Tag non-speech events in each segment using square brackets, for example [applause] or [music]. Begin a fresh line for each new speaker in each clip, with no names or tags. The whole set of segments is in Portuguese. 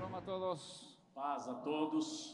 Shalom a todos.
Paz a todos.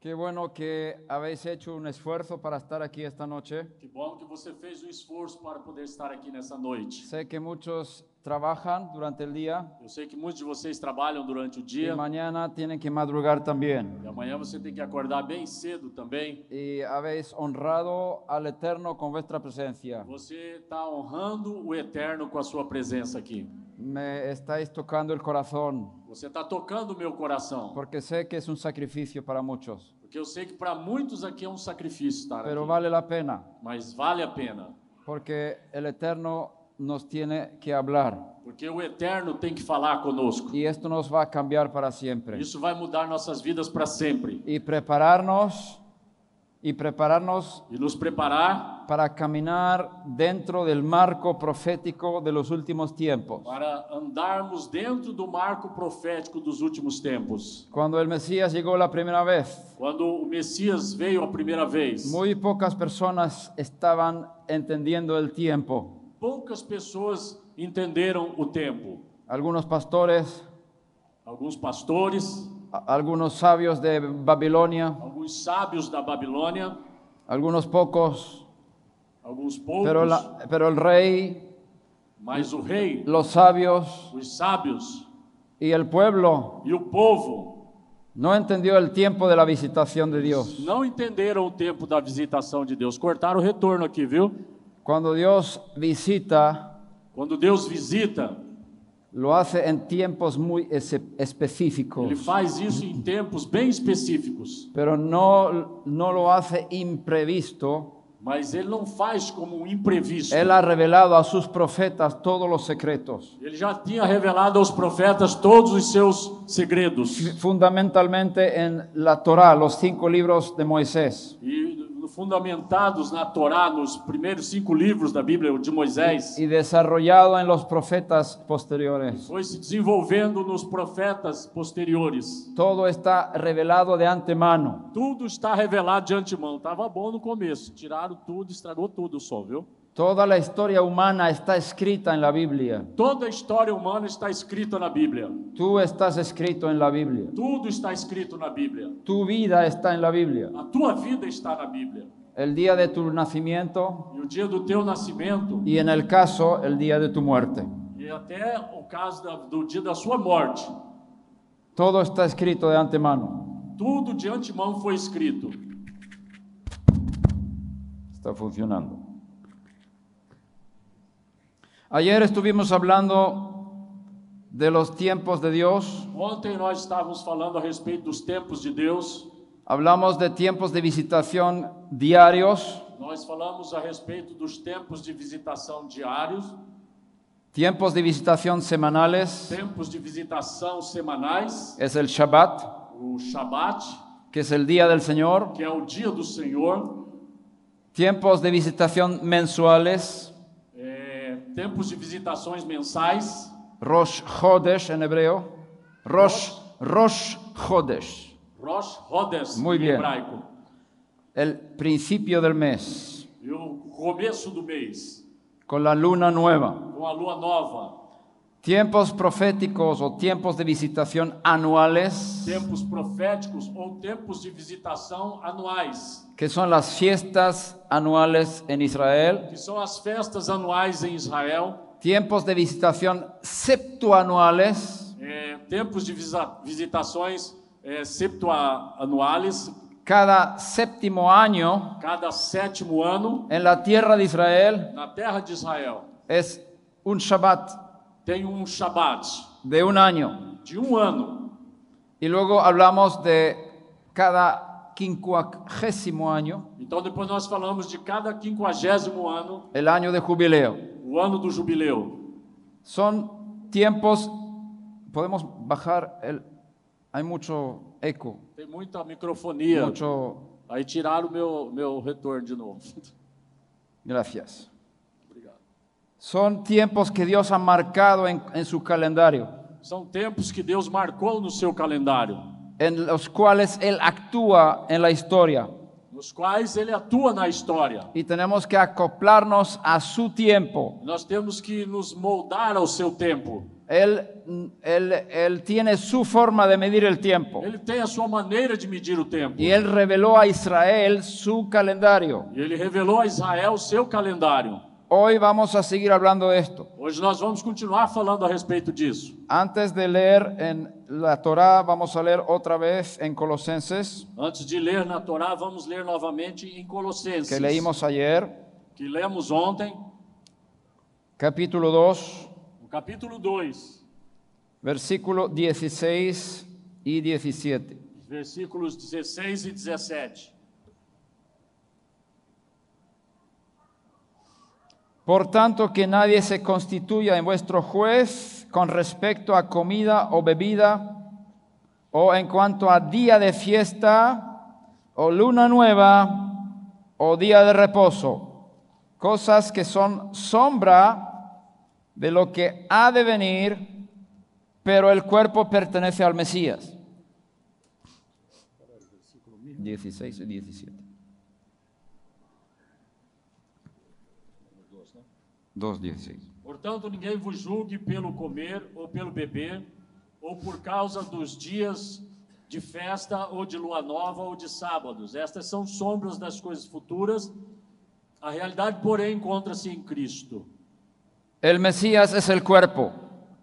Qué bueno que habéis hecho un esfuerzo para estar aquí esta noche.
Que bom que você fez um esforço para poder estar aqui nessa noite.
Sé que muchos trabajan durante el día
Eu sei que muitos de vocês trabalham durante o
y
dia
mañana tienen que madrugar también.
e amanhã você tem que acordar bem cedo também.
Y habéis honrado al Eterno con vuestra presencia.
Você está honrando o eterno com a sua presença aqui.
Me estáis tocando el corazón
Você está tocando o meu coração,
porque sé que es un sacrificio para muchos,
porque eu sei que para muitos aqui é um sacrifício estar
pero
aqui,
vale la pena
mas vale a pena,
porque el Eterno nos tiene que hablar
porque o eterno tem que falar conosco.
y esto nos va a cambiar para siempre.
Isso vai mudar nossas vidas para sempre
y prepararnos y prepararnos
e nos preparar
para caminar dentro del marco profético de los últimos tiempos.
para andarmos dentro do marco profético dos últimos tempos.
Cuando el Mesías llegó la primera vez,
Quando o Messias veio a primeira vez,
muy pocas personas estaban entendiendo el tiempo.
poucas pessoas entenderam o tempo.
Algunos pastores,
Alguns pastores,
a- algunos sabios de Babilonia,
alguns sábios da Babilônia,
algunos pocos,
alguns poucos,
pero, la- pero el rey,
mas o rei,
los sabios
os sábios
y el pueblo
e o povo
no entendió el tiempo de la visitación de Dios.
não entenderam o tempo da visitação de Deus. Cortaram o retorno aqui, viu?
Cuando Dios visita,
Quando Deus visita,
Lo hace en tiempos muy ese-
ele
específicos,
faz isso em tempos bem específicos.
pero no, no lo hace imprevisto.
Mas ele não faz como um imprevisto.
Él ha revelado a sus profetas todos los secretos.
Ele já tinha revelado aos profetas todos os seus segredos.
Fundamentalmente en la Torá, los cinco libros de Moisés.
E fundamentados na Torá, nos primeiros cinco livros da Bíblia de Moisés,
y desarrollado en los profetas posteriores.
foi se desenvolvendo nos profetas posteriores.
Todo está revelado de antemano.
Tudo está revelado de antemão. Tava bom no começo, tiraram tudo, estragou tudo só, viu?
Toda la historia humana está escrita en la Biblia.
Toda a história humana está escrita na Bíblia.
Tú estás escrito en la Biblia.
Tudo está escrito na Bíblia.
Tu vida está en la Biblia.
A tua vida está na Bíblia.
El día de tu nacimiento,
E o dia do teu nascimento,
y en el caso el día de tu muerte.
e até o caso da- do dia da sua morte,
Todo está escrito de antemano.
Tudo de antemão foi escrito.
Está funcionando. Ayer estuvimos hablando de los tiempos de Dios,
Ontem nós estávamos falando a respeito dos tempos de Deus.
hablamos de tiempos de visitación diarios,
Nós falamos a respeito dos tempos de visitação diários,
tiempos de visitación semanales,
tempos de visitação semanais,
es el Shabbat,
o Shabat,
que es el día del Señor,
que é o dia do Senhor,
tiempos de visitación mensuales,
é, tempos de visitações mensais,
Rosh Chodesh en hebreo, Rosh, Rosh Chodesh.
Rosh Hodes
Muito
em
bem.
hebraico,
el principio del mes,
e o começo do mês,
con la luna nueva.
com a lua nova,
Tiempos proféticos o tiempos de visitación anuales,
tempos proféticos ou tempos de visitação anuais.
que son las fiestas anuales en Israel.
que são as festas anuais em Israel,
Tiempos de visitación septuanuales,
é, tempos de visa- visitações é, septuanuales,
cada séptimo año
cada sétimo ano,
en la tierra de Israel
na terra de Israel.
es un Shabbat
Tem um Shabat
de un año.
de um ano.
Y luego hablamos de cada quincuagésimo año,
Então, depois nós falamos de cada quinquagésimo ano,
el año de jubileo.
o ano do jubileu.
Son tiempos, podemos bajar, el, hay mucho eco,
Tem muita microfonia.
mucho.
Aí tiraram o meu, meu retorno de novo. [laughs]
Gracias.
Obrigado.
Son tiempos que Dios ha marcado en, en su calendario,
São tempos que Deus marcou no seu calendário,
en los cuales Él actúa en la historia.
nos quais ele atua na história.
Y tenemos que acoplarnos a su tiempo.
Nós temos que nos moldar ao seu tempo.
Él, él, él tiene su forma de medir el tiempo.
Ele tem a sua maneira de medir o tempo.
Y Él reveló a Israel su calendario.
E ele revelou a Israel o seu calendário.
Hoy vamos a seguir hablando de esto.
Hoje nós vamos continuar falando a respeito disso.
Antes de leer en la Torá, vamos a leer otra vez en Colosenses,
Antes de ler na Torá, vamos ler novamente em Colossenses,
que leímos ayer,
que lemos ontem,
capítulo 2,
no capítulo 2,
versículo 16 y 17.
versículos 16 e 17.
Por tanto, que nadie se constituya en vuestro juez con respecto a comida o bebida, o en cuanto a día de fiesta, o luna nueva, o día de reposo, cosas que son sombra de lo que ha de venir, pero el cuerpo pertenece al Mesías. 16 y 17. 2.16.
Portanto, ninguém vos julgue pelo comer ou pelo beber, ou por causa dos dias de festa, ou de lua nova, ou de sábados. Estas são sombras das coisas futuras. A realidade, porém, encontra-se em Cristo.
El Mesías es el cuerpo.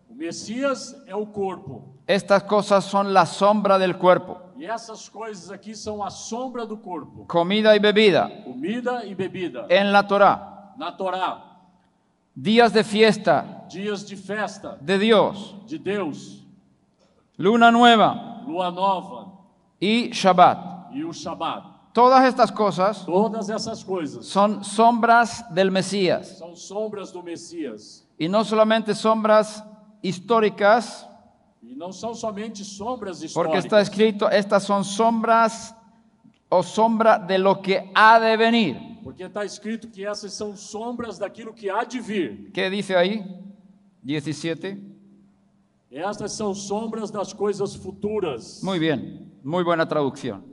O Messias é o corpo,
Estas cosas son la sombra del cuerpo.
e essas coisas aqui são a sombra do corpo:
Comida y bebida
comida e bebida.
en la Torá.
Na Torá,
Días de fiesta
dias de festa
de Dios.
de Deus,
Luna nueva
lua nova
y Shabbat.
e o Shabat.
Todas estas cosas
Todas essas coisas
son sombras del Mesías.
são sombras do Messias.
Y no solamente sombras históricas,
E não são somente sombras
porque está
históricas,
escrito, estas son sombras o sombra de lo que ha de venir.
porque está escrito que essas são sombras daquilo que há de vir.
¿Qué dice ahí? 17.
Estas são sombras das coisas futuras.
Muy bien, muy buena traducción.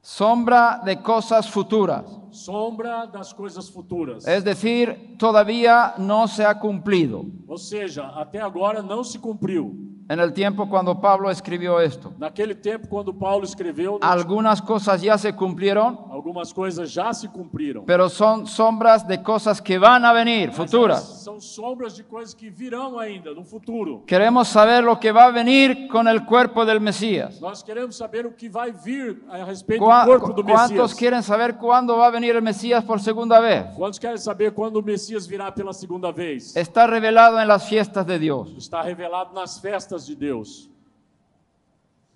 Sombra de cosas futuras,
Sombra das coisas futuras.
es decir, todavía no se ha cumplido
Ou seja, até agora não se cumpriu.
en el tiempo cuando Pablo escribió esto.
Naquele tempo, quando Paulo escreveu,
Algunas cosas ya se cumplieron,
algumas coisas já se cumpriram.
pero son sombras de cosas que van a venir,
Mas
futuras.
elas São sombras de coisas que virão ainda no futuro.
Queremos saber lo que va a venir con el cuerpo del Mesías.
Nós queremos saber o que vai vir a respeito
Cua-
do corpo do Messias.
¿Cuántos quieren saber cuándo va a venir el Mesías por segunda vez?
Quantos querem saber quando o Messias virá pela segunda vez?
Está revelado en las fiestas de Dios.
Está revelado nas festas de Deus.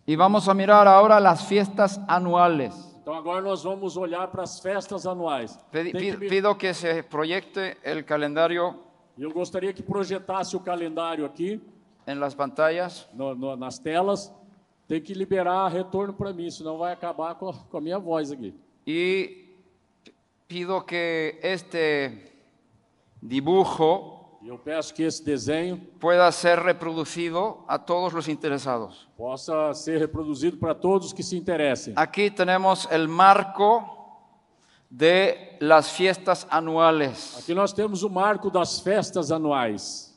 Y vamos a mirar ahora las fiestas anuales.
Então agora nós vamos olhar para as festas anuais.
Pedi-
Tem
pi-
que me-
pido que se proyecte el calendario
Eu gostaria que projetasse o calendário aqui
en las pantallas.
no- no- nas telas. Tem que liberar retorno para mí, senão vai acabar com a, com a minha voz aqui.
Y pido que este dibujo
E eu peço que esse desenho
pueda ser reproducido a todos los interesados.
possa ser reproduzido para todos que se interessem.
Aquí tenemos el marco de las fiestas anuales.
Aqui nós temos o marco das festas anuais.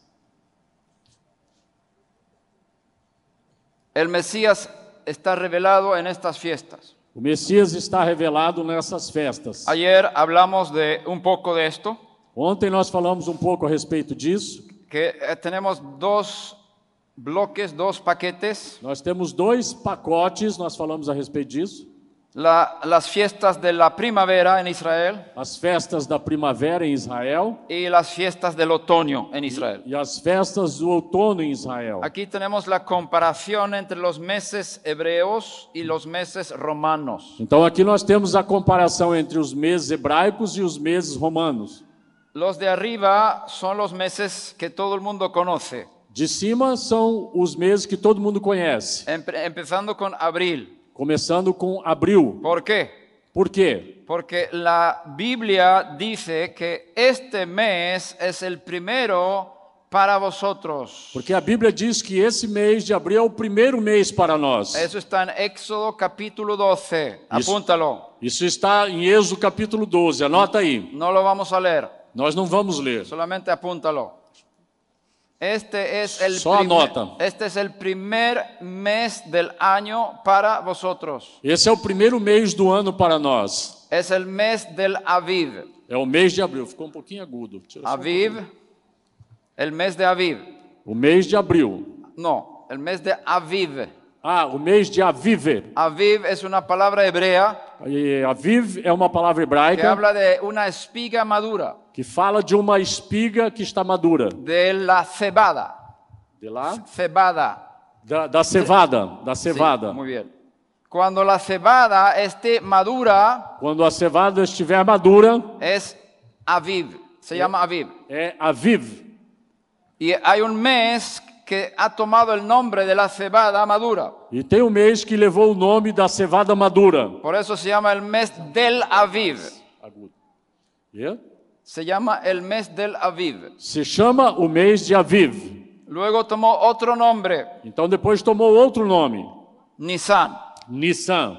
El Mesías está revelado en estas fiestas.
O Messias está revelado nessas festas.
Ayer hablamos de un poco de esto,
Ontem nós falamos um pouco a respeito disso.
que eh, tenemos dos bloques, dos paquetes.
Nós temos dois pacotes, nós falamos a respeito disso.
La- las fiestas de la primavera en Israel
As festas da primavera em Israel
y las fiestas del otoño en Israel.
e as festas do outono em Israel.
Aquí tenemos la comparación entre los meses hebreos y los meses romanos.
Então aqui nós temos a comparação entre os meses hebraicos e os meses romanos.
Los de arriba son los meses que todo el mundo conoce.
De cima são os meses que todo mundo conhece,
empe- empezando con abril.
começando com abril.
¿Por qué?
Por quê?
Porque la Biblia dice que este mes es el primero para vosotros.
Porque a Bíblia diz que esse mês de abril é o primeiro mês para nós.
Eso está en Éxodo capítulo 12.
Isso.
Apúntalo.
Isso está em Êxodo capítulo 12, anota aí.
No lo vamos a leer,
Nós não vamos ler.
solamente apúntalo. Este es el,
Só
primer-
anota.
este es el primer mes del año para vosotros.
Esse é o primeiro mês do ano para nós.
Es el mes del Aviv.
É o mês de abril, ficou um pouquinho agudo. Tira só um
Aviv, el mes de Aviv.
pouquinho. O mês de abril.
No, el mes de Aviv.
Ah, o mês de Aviv.
Aviv es una palabra hebrea
E Aviv é uma palavra
que
hebraica
habla de una espiga madura,
que fala de uma espiga que está madura.
de la cebada.
De lá?
Cebada.
Da, da cevada. Da
Sí,
cevada.
muy bien. Cuando la cebada esté madura,
Quando a cevada estiver madura,
es Aviv. Se llama Aviv.
é Aviv.
Y hay un mes que ha tomado el nombre de la cebada madura.
E tem um mês que levou o nome da cevada madura.
Por eso se llama el mes del Aviv.
Agudo. E
Se llama el mes del Aviv.
se chama o mês de Aviv.
Luego tomó otro nombre,
Então depois tomou outro nome,
Nisan,
Nissan,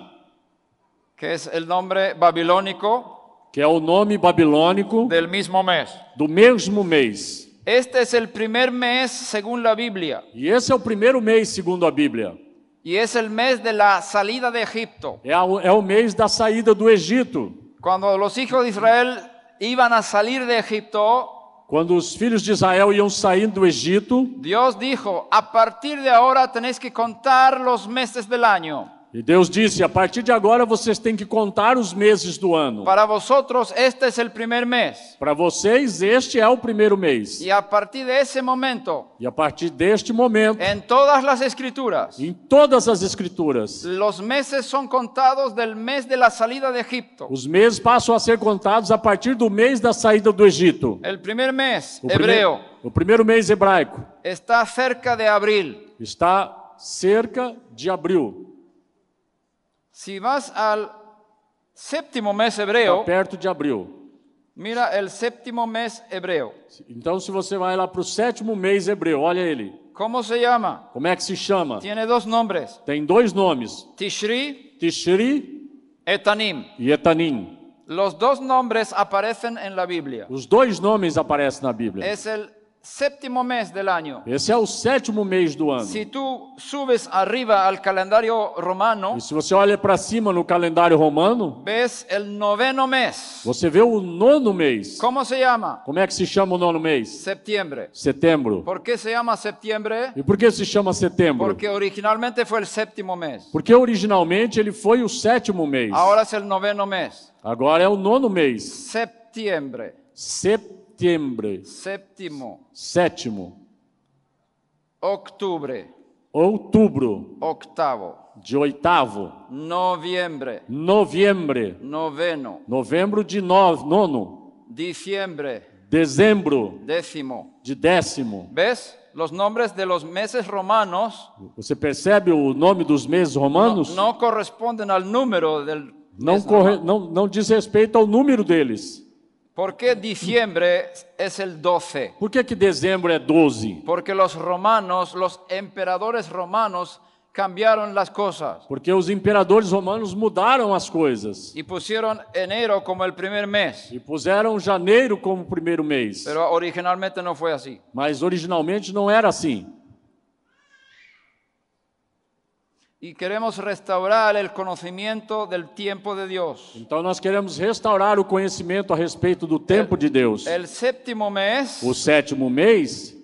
que es el nombre babilónico
que é o nome babilônico
del mismo mes.
do mesmo mês.
Este es el primer mes según la Biblia
E esse é o primeiro mês, segundo a Bíblia.
y es el mes de la salida de Egipto.
É, a, é o mês da saída do Egito.
Cuando los hijos de Israel iban a salir de Egipto,
Quando os filhos de Israel iam saindo do Egito,
Dios dijo, a partir de ahora tenéis que contar los meses del año.
e Deus disse: a partir de agora vocês têm que contar os meses do ano.
Para vosotros este es el primer mes.
Para vocês, este é o primeiro mês.
Y a partir de ese momento,
E a partir deste momento,
en todas las escrituras,
em todas as Escrituras,
Los meses son contados del mes de la salida de Egipto.
os meses passam a ser contados a partir do mês da saída do Egito.
El primer mes,
O,
hebreo,
Primeiro, o primeiro mês hebraico
está cerca de abril.
está cerca de abril,
Si vas al séptimo mes
está
hebreo,
tá perto de abril.
mira el séptimo mes hebreo.
Então, se você vai lá para o sétimo mês hebreu, olha ele.
¿Cómo se llama?
Como é que se chama?
Tiene dos nombres,
Tem dois nomes:
Tishri,
Tishri
Etanim.
e Etanim.
Los dos nombres aparecen en la Biblia.
Os dois nomes aparecem na Bíblia.
Es el séptimo mes del año.
Esse é o sétimo mês do ano.
Si tú subes arriba al calendario romano,
E se você olha para cima no calendário romano,
ves el noveno mes.
você vê o nono mês.
¿Cómo se llama?
Como é que se chama o nono mês?
Septiembre.
Setembro.
¿Por qué se llama septiembre?
E por que se chama setembro?
Porque originalmente fue el séptimo mes.
Porque originalmente ele foi o sétimo mês.
Ahora es el noveno mes.
Agora é o nono mês.
Septiembre.
Setembro.
Séptimo.
Sétimo.
Octubre.
Outubro.
Octavo.
de oitavo,
Noviembre.
novembro,
Noveno.
novembro de no- nono,
Diciembre.
dezembro
Décimo.
de décimo.
¿Ves? Los nombres de los meses romanos
Você percebe o nome dos meses
no,
romanos?
no corresponden al número del...
Não,
mes
corre,
romano.
não, não diz respeito ao número deles.
¿Por qué diciembre es el doce?
Por que, que dezembro é 12?
Porque los romanos, los emperadores romanos cambiaron las cosas
Porque os imperadores romanos mudaram as coisas
y pusieron enero como el primer mes,
e puseram janeiro como primeiro mês.
pero originalmente no fue así.
Mas originalmente não era assim.
Y queremos restaurar el conocimiento del tiempo de Dios.
Então nós queremos restaurar o conhecimento a respeito do tempo de Deus.
El séptimo mes
O sétimo mês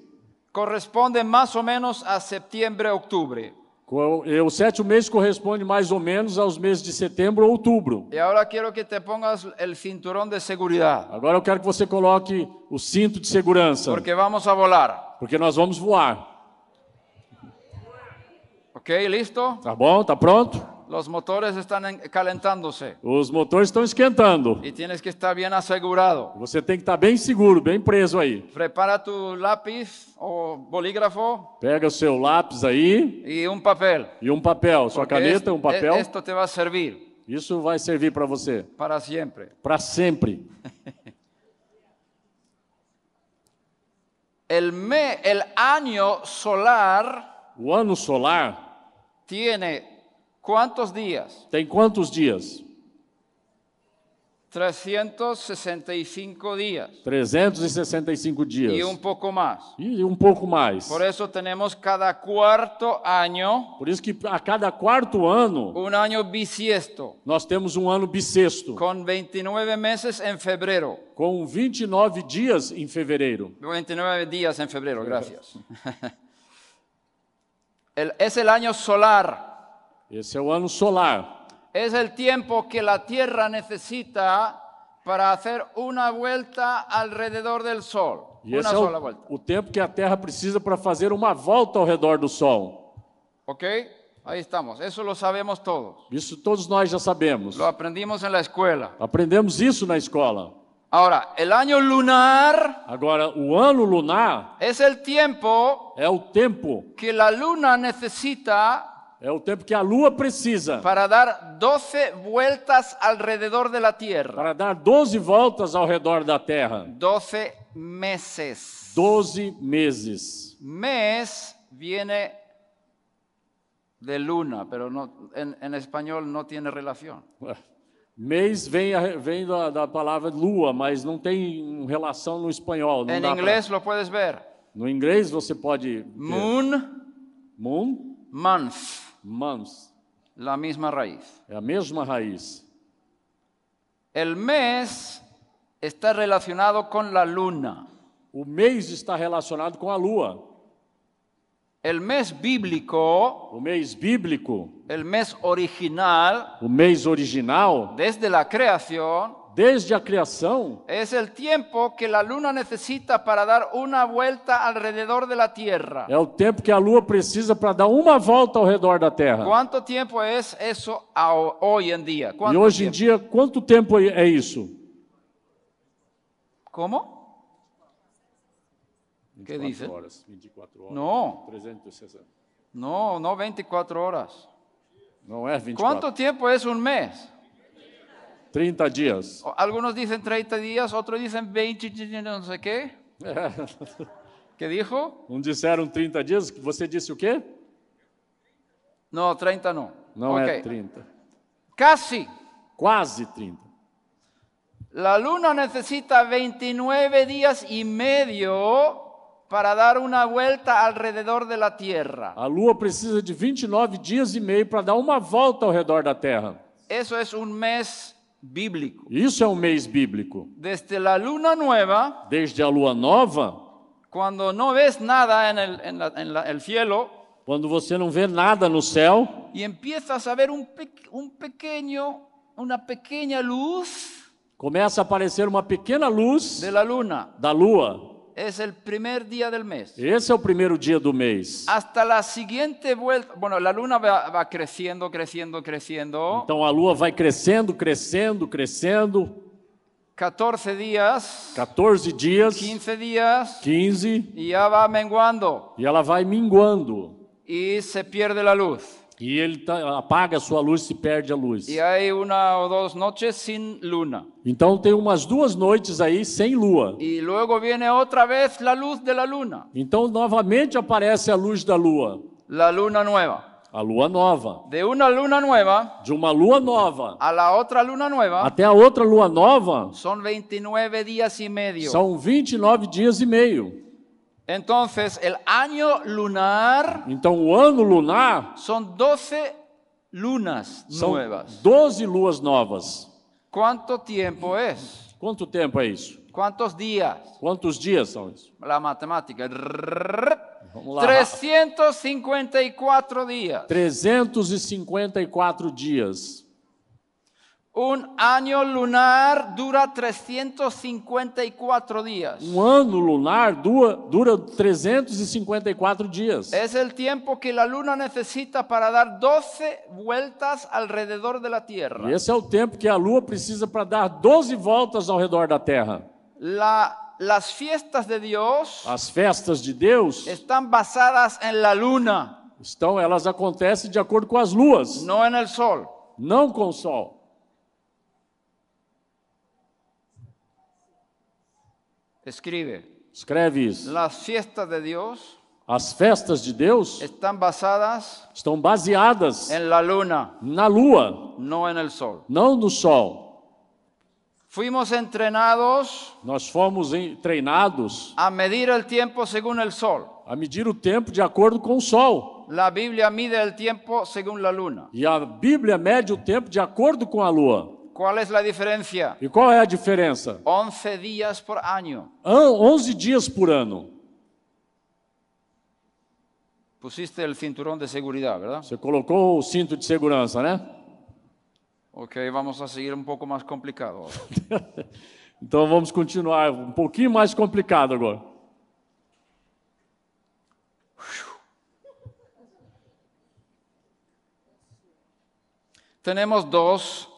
corresponde más o menos a septiembre-octubre.
Qual- eh, O sétimo mês corresponde mais ou menos aos meses de setembro ou outubro.
Y ahora quiero que te pongas el cinturón de seguridad,
Agora eu quero que você coloque o cinto de segurança,
porque vamos a volar.
porque nós vamos voar.
¿Ok? ¿Listo?
Tá bom? Tá pronto?
Los motores están en- calentándose
Os motores estão esquentando.
y tienes que estar bien asegurado.
Você tem que estar bem seguro, bem preso aí.
Prepara tu lápiz o bolígrafo
Pega o seu lápis aí
y un papel.
e um papel, sua
porque
caneta,
es-
um papel.
e- Esto te va a servir
Isso vai servir para você
para siempre.
para sempre.
El, me- el año solar
O ano solar
tiene cuántos días?
tem quantos dias?
365 días
365 dias.
y un poco más.
E um pouco mais.
um Por eso tenemos cada cuarto año
Por isso que a cada quarto ano
un año bisiesto
nós temos um ano bissexto,
con 29 meses en febrero.
com 29 dias em fevereiro.
29 días en febrero, gracias. [laughs] El- es el año solar.
Esse é o ano solar.
Es el tiempo que la Tierra necesita para hacer una vuelta alrededor del Sol.
E
una
esse é
sola
o,
vuelta.
o tempo que a Terra precisa para fazer uma volta ao redor do Sol.
¿Ok? Ahí estamos. Eso lo sabemos todos.
Isso todos nós já sabemos.
Lo aprendimos en la escuela.
Aprendemos isso na escola.
Ahora, el año lunar
Agora, o ano lunar
es el tiempo
é o tempo,
que la Luna necesita
é o tempo que a Lua precisa
para dar 12 vueltas alrededor de la Tierra.
para dar 12 voltas ao redor da Terra.
12 meses.
12 meses.
Mes viene de luna, pero no, en, en español no tiene relación.
Mês vem, a- vem da, da palavra lua, mas não tem relação no espanhol. Não
En
dá pra-
inglés lo puedes ver.
No inglês você pode. ver.
Moon,
Moon,
month,
months.
la misma raíz.
É a mesma raiz.
El mes está relacionado con la luna.
O mês está relacionado com a lua.
El mes bíblico,
O mês bíblico,
el mes original,
o mês original,
desde la creación,
desde a criação,
es el tiempo que la luna necesita para dar una vuelta alrededor de la Tierra.
é o tempo que a lua precisa para dar uma volta ao redor da Terra.
¿Cuánto tiempo es eso a- hoy en día?
E
¿Cuánto
hoje em
tiempo?
dia, quanto tempo é isso?
¿Cómo? ¿Qué dice?
horas, 24 horas.
No.
360.
No, no 24 horas.
Não é 24.
¿Cuánto tiempo es un mes?
30
[laughs]
dias.
O- Algunos dicen 30 días, otros dicen 20, no sé qué. ¿Qué dijo?
Não Um disseram 30 dias? Você disse o quê?
No, 30 no.
Não é
Ok.
30.
Casi.
Quase 30.
La luna necesita 29 días y medio para dar una vuelta alrededor de la Tierra.
A Lua precisa de 29 dias e meio para dar uma volta ao redor da Terra.
Eso es un mes bíblico.
Isso é um mês bíblico.
Desde la luna nueva
Desde a Lua Nova,
Cuando no ves nada en el, en la- en la- el cielo
quando você não vê nada no céu
y empiezas a ver un, pe- un pequeño, una pequeña luz
começa a aparecer uma pequena luz
de la luna.
da Lua.
Es el primer día del mes.
Esse é o primeiro dia do mês.
Hasta la siguiente vuelta, bueno, la luna va, va creciendo, creciendo, creciendo.
Então a Lua vai crescendo, crescendo, crescendo.
14 días,
14 dias,
15 días
15,
y ya va menguando
e ela vai minguando.
y se pierde la luz.
E ele tá- apaga a sua luz, se perde a luz.
Y hay una o dos noches sin luna.
Então tem umas duas noites aí sem lua.
Y luego viene otra vez la luz de la luna,
Então novamente aparece a luz da lua,
la luna nueva.
a lua nova.
de una luna nueva
De uma lua nova
a la otra luna nueva
até a outra lua nova
son 29 días y medio.
são 29 dias e meio.
Entonces, el año lunar
Então o ano lunar
son 12 lunas
são
nuevas.
12 luas novas.
¿Cuánto tiempo es?
Quanto tempo é isso?
¿Cuántos días?
Quantos dias são isso?
La matemática.
Vamos lá.
354 días.
354 dias.
Un año lunar dura 354 días.
Um ano lunar dura, dura 354 dias.
Es el tiempo que la luna necesita para dar 12 vueltas alrededor de la Tierra.
E esse é o tempo que a Lua precisa para dar 12 voltas ao redor da Terra.
La- las fiestas de Dios
As festas de Deus
están basadas en la luna,
estão, elas acontecem de acordo com as luas,
no en el sol.
não com o Sol.
Escribe,
Escreve isso.
las fiestas de Dios
As festas de Deus
están basadas
estão baseadas
en la luna,
na Lua,
no en el sol.
não no Sol.
Fuimos entrenados
Nós fomos em- treinados
a medir el tiempo según el sol.
a medir o tempo de acordo com o Sol.
La Biblia mide el tiempo según la luna.
E a Bíblia mede o tempo de acordo com a Lua.
¿Cuál es la diferencia?
E qual é a diferença?
11 días por año.
An- 11 dias por ano.
Pusiste el cinturón de seguridad, ¿verdad?
Você colocou o cinto de segurança, né?
Ok, vamos a seguir un poco más complicado. ahora.
Então vamos continuar um pouquinho mais complicado agora.
Tenemos dos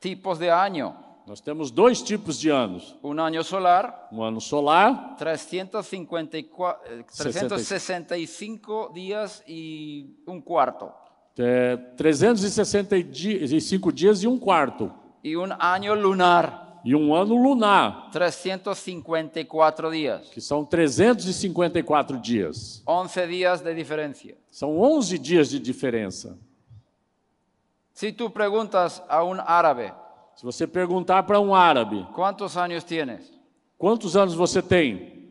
tipos de año.
Nós temos dois tipos de anos:
Un año solar,
um ano solar,
354, eh, 365 días y un cuarto.
é, 365 dias e um quarto,
Y un año lunar,
e um ano lunar,
354 días.
que são 354 dias.
11 días de diferencia.
São 11 dias de diferença.
Si tú preguntas a un árabe,
Se você perguntar para um árabe
¿cuántos años tienes?
quantos anos você tem,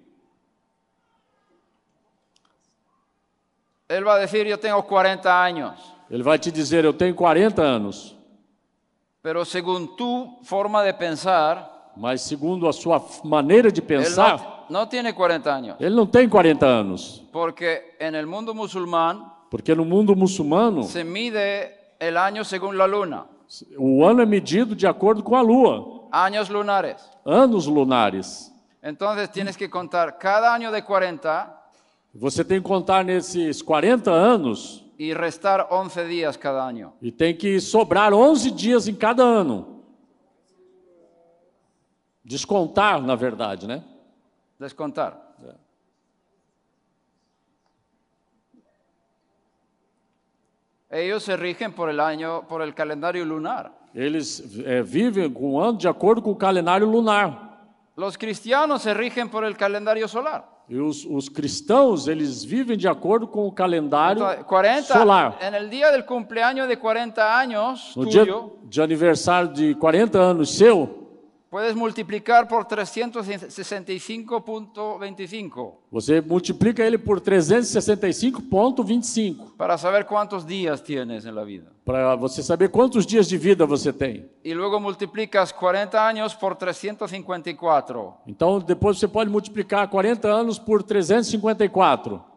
Él va a decir, yo tengo 40 años.
ele vai te dizer: Eu tenho 40 anos.
Pero según tu forma de pensar,
Mas segundo a sua f- maneira de
él
pensar,
no, no tiene 40 años.
ele não tem 40 anos,
Porque en el mundo musulmán
porque no mundo muçulmano
se mide el año según la luna,
o ano é medido de acordo com a lua,
años lunares.
anos lunares.
Entonces tienes que contar cada año de 40
Você tem que contar nesses 40 anos
y restar 11 días cada año.
e tem que sobrar 11 dias em cada ano. Descontar, na verdade, né?
Descontar. Ellos se rigen por el año, por el calendario lunar.
Eles eh, vivem com o ano de acordo com o calendário lunar.
Los cristianos se rigen por el calendario solar.
E os, os cristãos, eles vivem de acordo com o calendário
Entonces, 40,
solar.
En el día del cumpleaños de 40 años
No dia
tuyo,
de aniversário de 40 anos seu,
puedes multiplicar por 365.25
você multiplica ele por 365,25
para saber cuántos días tienes en la vida.
para você saber quantos dias de vida você tem.
Y luego multiplicas 40 años por 354
Então, depois você pode multiplicar 40 anos por 354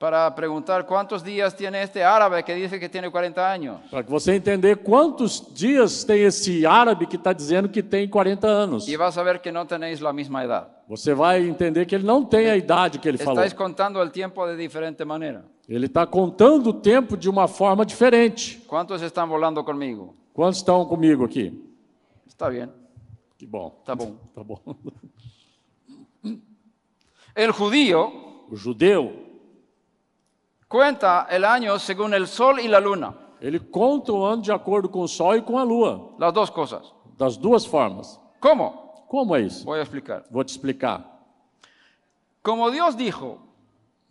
para preguntar cuántos días tiene este árabe que dice que tiene 40 años.
para que você entender quantos dias tem esse árabe que está dizendo que tem 40 anos.
Y vas a ver que no tenéis la misma edad.
Você vai entender que ele não tem a idade que ele falou.
Estáis contando el tiempo de diferente manera.
Ele está contando o tempo de uma forma diferente.
¿Cuántos están volando conmigo?
Quantos estão comigo aqui?
Está bien,
Que bom.
está bom.
[laughs] Tá bom.
El judío
O judeu
Cuenta el año según el sol y la luna,
Ele conta o ano de acordo com o Sol e com a Lua,
las dos cosas.
das duas formas.
¿Cómo?
Como é isso?
Voy a explicar.
Vou te explicar.
Como Dios dijo,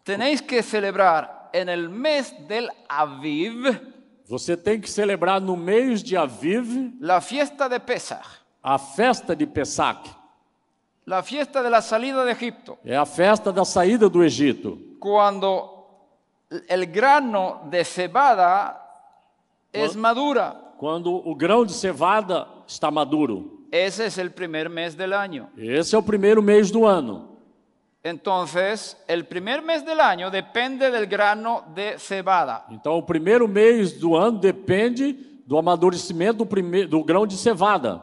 tenéis que celebrar en el mes del Aviv
Você tem que celebrar no mês de Aviv
la fiesta de Pesach,
a festa de Pesach.
la fiesta de la salida de Egipto,
É a festa da saída do Egito,
cuando el grano de cebada es madura.
quando o grão de cevada está maduro.
Ese es el primer mes del año.
Esse é o primeiro mês do ano.
Entonces, el primer mes del año depende del grano de cebada.
Então, o primeiro mês do ano depende do amadurecimento do, prime- do grão de cevada.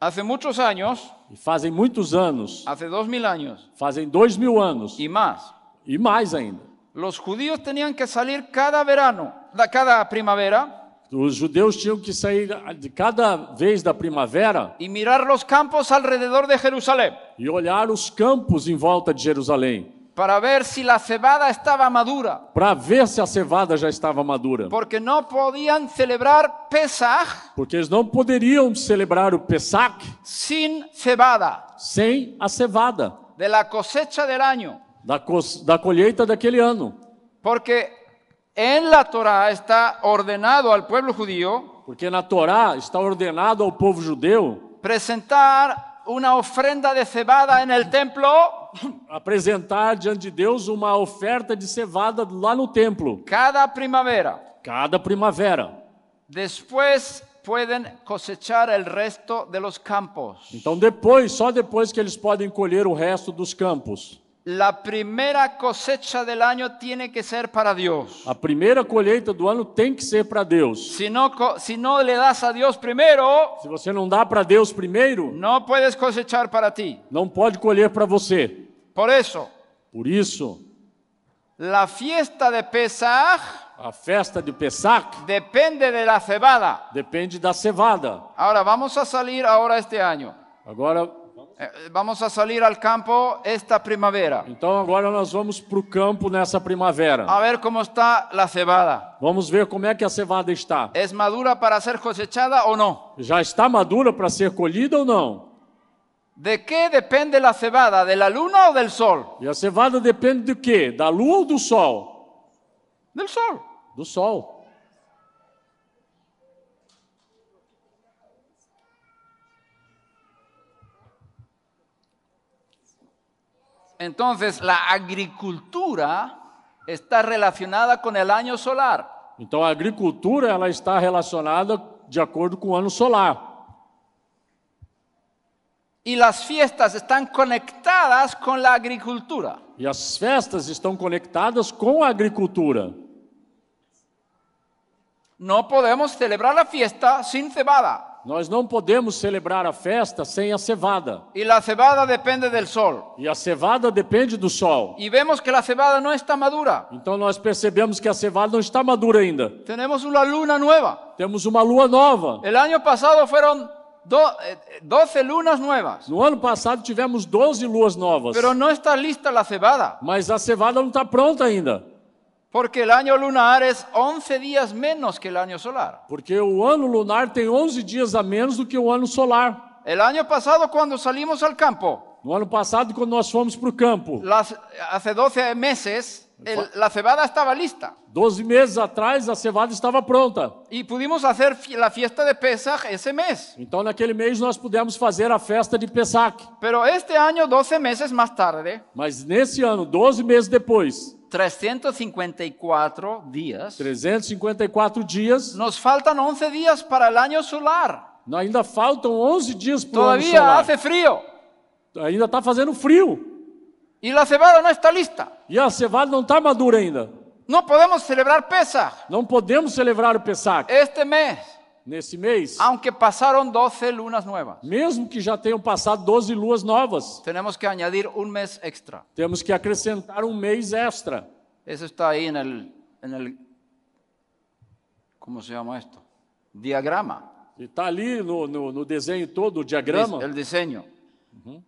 Hace muchos años,
E fazem muitos anos,
hace dos mil años
fazem dois mil anos
y más,
e mais ainda.
los judíos tenían que salir cada verano, da- cada primavera,
Os judeus tinham que sair de cada vez da primavera
y mirar los campos alrededor de Jerusalén
e olhar os campos em volta de Jerusalém
para ver si la cebada estaba madura,
para ver se a cevada já estava madura,
porque no podían celebrar Pesaj
porque eles não poderiam celebrar o Pesach
sin cebada
sem a cevada
de la cosecha del año,
da, cos- da colheita daquele ano,
porque en la Torá está ordenado al pueblo judío
porque na Torá está ordenado ao povo judeu
presentar una ofrenda de cebada en el templo
apresentar diante de Deus uma oferta de cevada lá no templo
cada primavera.
cada primavera.
Después pueden cosechar el resto de los campos.
Então depois, só depois que eles podem colher o resto dos campos.
La primera cosecha del año tiene que ser para Dios.
A primeira colheita do ano tem que ser para Deus.
Si no, co- si no le das a Dios primero,
Se você não dá para Deus primeiro,
no puedes cosechar para ti.
não pode colher para você.
Por eso,
Por isso,
la fiesta de Pesaj
a festa de Pesach
depende de la cebada.
depende da cevada.
Ahora vamos a salir ahora este año.
Agora,
Eh, eh, Vamos a salir al campo esta primavera
então agora nós vamos para o campo nessa primavera.
a ver cómo está la cebada.
Vamos ver como é que a cevada está.
¿Es madura para ser cosechada o no?
Já está madura para ser colhida ou não?
¿De qué depende la cebada? ¿De la luna o del sol?
E a cevada depende do quê? Da lua ou do sol?
Del sol.
Do sol.
Entonces, la agricultura está relacionada con el año solar.
Então a agricultura ela está relacionada de acordo com o ano solar.
Y las fiestas están conectadas con la agricultura.
E as festas estão conectadas com a agricultura.
No podemos celebrar la fiesta sin cebada.
Nós não podemos celebrar a festa sem a cevada.
Y la cebada depende del sol.
E a cevada depende do sol.
Y vemos que la cebada no está madura.
Então nós percebemos que a cevada não está madura ainda.
Tenemos una luna nueva.
Temos uma lua nova.
El año pasado fueron do- eh, eh, 12 lunas nuevas.
No ano passado tivemos 12 luas novas.
Pero no está lista la cebada.
Mas a cevada não está pronta ainda.
Porque el año lunar es 11 días menos que el año solar.
Porque o ano lunar tem 11 dias a menos do que o ano solar.
El año pasado cuando salimos al campo,
No ano passado, quando nós fomos para o campo,
Las- hace 12 meses el- la cebada estaba lista
12 meses atrás a cevada estava pronta.
y pudimos hacer fi- la fiesta de Pesaj ese mes.
Então naquele mês nós pudemos fazer a festa de Pesach.
Pero este año, 12 meses más tarde,
Mas nesse ano, 12 meses depois,
354 días,
354 dias,
nos faltan 11 días para el año solar.
ainda faltam 11 dias para o ano
Todavía
solar.
hace frío
Ainda está fazendo frio.
y la cebada no está lista.
E a cevada não está madura ainda.
No podemos celebrar Pesaj
Não podemos celebrar o Pesach
este mes,
nesse mês.
aunque pasaron 12 lunas nuevas.
Mesmo que já tenham passado 12 luas novas,
Tenemos que añadir un mes extra.
temos que acrescentar um mês extra.
Eso está ahí en el, en el, ¿cómo se llama esto? Diagrama,
E está tá ali no, no, no desenho todo, o
dis- el
diagrama.
diseño.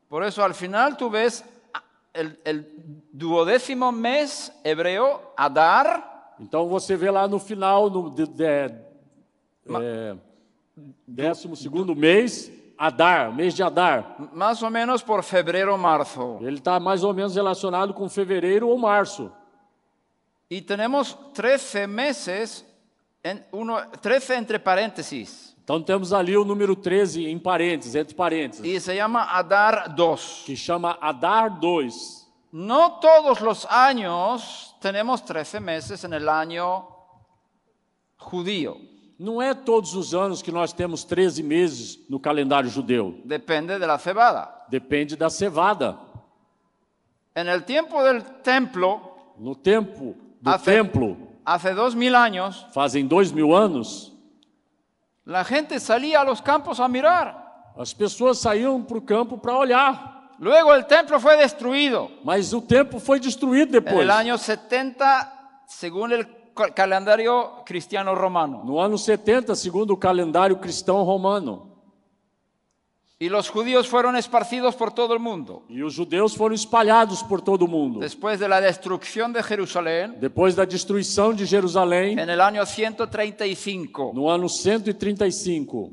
Por eso al final tú ves ah, el, el duodécimo mes hebreo, Adar,
Então você vê lá no final, no de, de, é, décimo segundo mês, Adar, mês de Adar.
m- más o menos por febrero, marzo.
Ele está mais ou menos relacionado com fevereiro ou março.
Y tenemos 13 meses, en uno, 13 entre paréntesis,
Então temos ali o número 13 em parênteses, entre parênteses,
y se llama Adar 2.
que chama Adar 2.
No todos los años tenemos 13 meses en el año judío.
Não é todos os anos que nós temos 13 meses no calendário judeu.
Depende de la cebada.
Depende da cevada.
En el tiempo del templo,
No tempo do
Afe-
templo,
hace dos mil años,
fazem dois mil anos,
La gente salía a los campos a mirar.
As pessoas saíam para o campo para olhar,
Luego el templo fue destruido.
mas o templo foi destruído
En
depois.
el año 70, según el cal- calendario cristiano romano.
No ano 70, segundo o calendário cristão romano.
Y los judíos fueron esparcidos por todo el mundo.
E os judeus foram espalhados por todo o mundo.
Después de la destrucción de Jerusalén,
Depois da destruição de Jerusalém,
en el año 135,
no ano 135.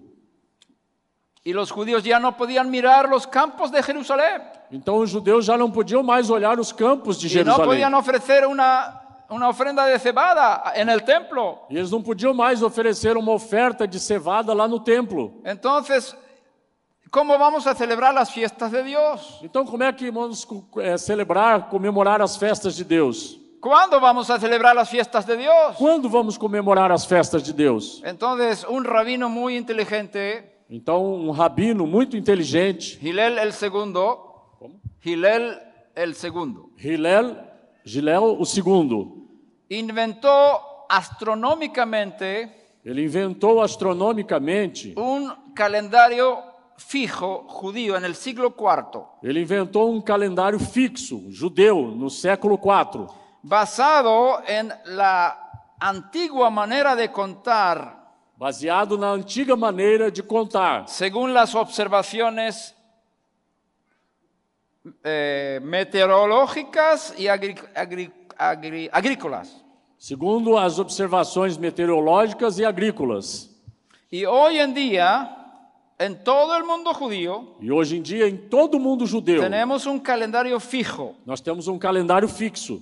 y los judíos ya no podían mirar los campos de Jerusalén.
Então os judeus já não podiam mais olhar os campos de
Y no
Jerusalém.
podían ofrecer una, una ofrenda de cebada en el templo.
E eles não podiam mais oferecer uma oferta de cevada lá no templo.
Entonces, ¿cómo vamos a celebrar las fiestas de Dios?
Então como é que vamos co- eh, celebrar, comemorar as festas de Deus?
¿Cuándo vamos a celebrar las fiestas de Dios?
Quando vamos comemorar as festas de Deus?
Entonces, un rabino muy inteligente,
Então um rabino muito inteligente,
Gilel el segundo, Gilel el segundo,
Hillel, Gilel o segundo,
inventó astronómicamente
ele inventou astronomicamente,
un calendario fijo judío en el siglo IV,
ele inventou um calendário fixo, judeu, no século IV.
basado en la antigua manera de contar
baseado na antiga maneira de contar,
según las observaciones eh, meteorológicas y agri- agri- agri- agrícolas.
segundo as observações meteorológicas e agrícolas.
Y hoy en día, en todo el mundo judío,
E hoje em dia, em todo o mundo judeu,
tenemos un calendario fijo.
nós temos um calendário fixo.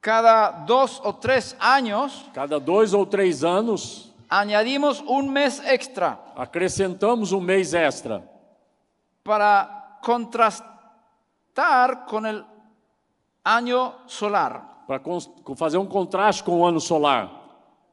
Cada dos o tres años
Cada dois ou três anos,
añadimos un mes extra
acrescentamos um mês extra
para contrastar con el año solar,
para fazer um contraste com o ano solar,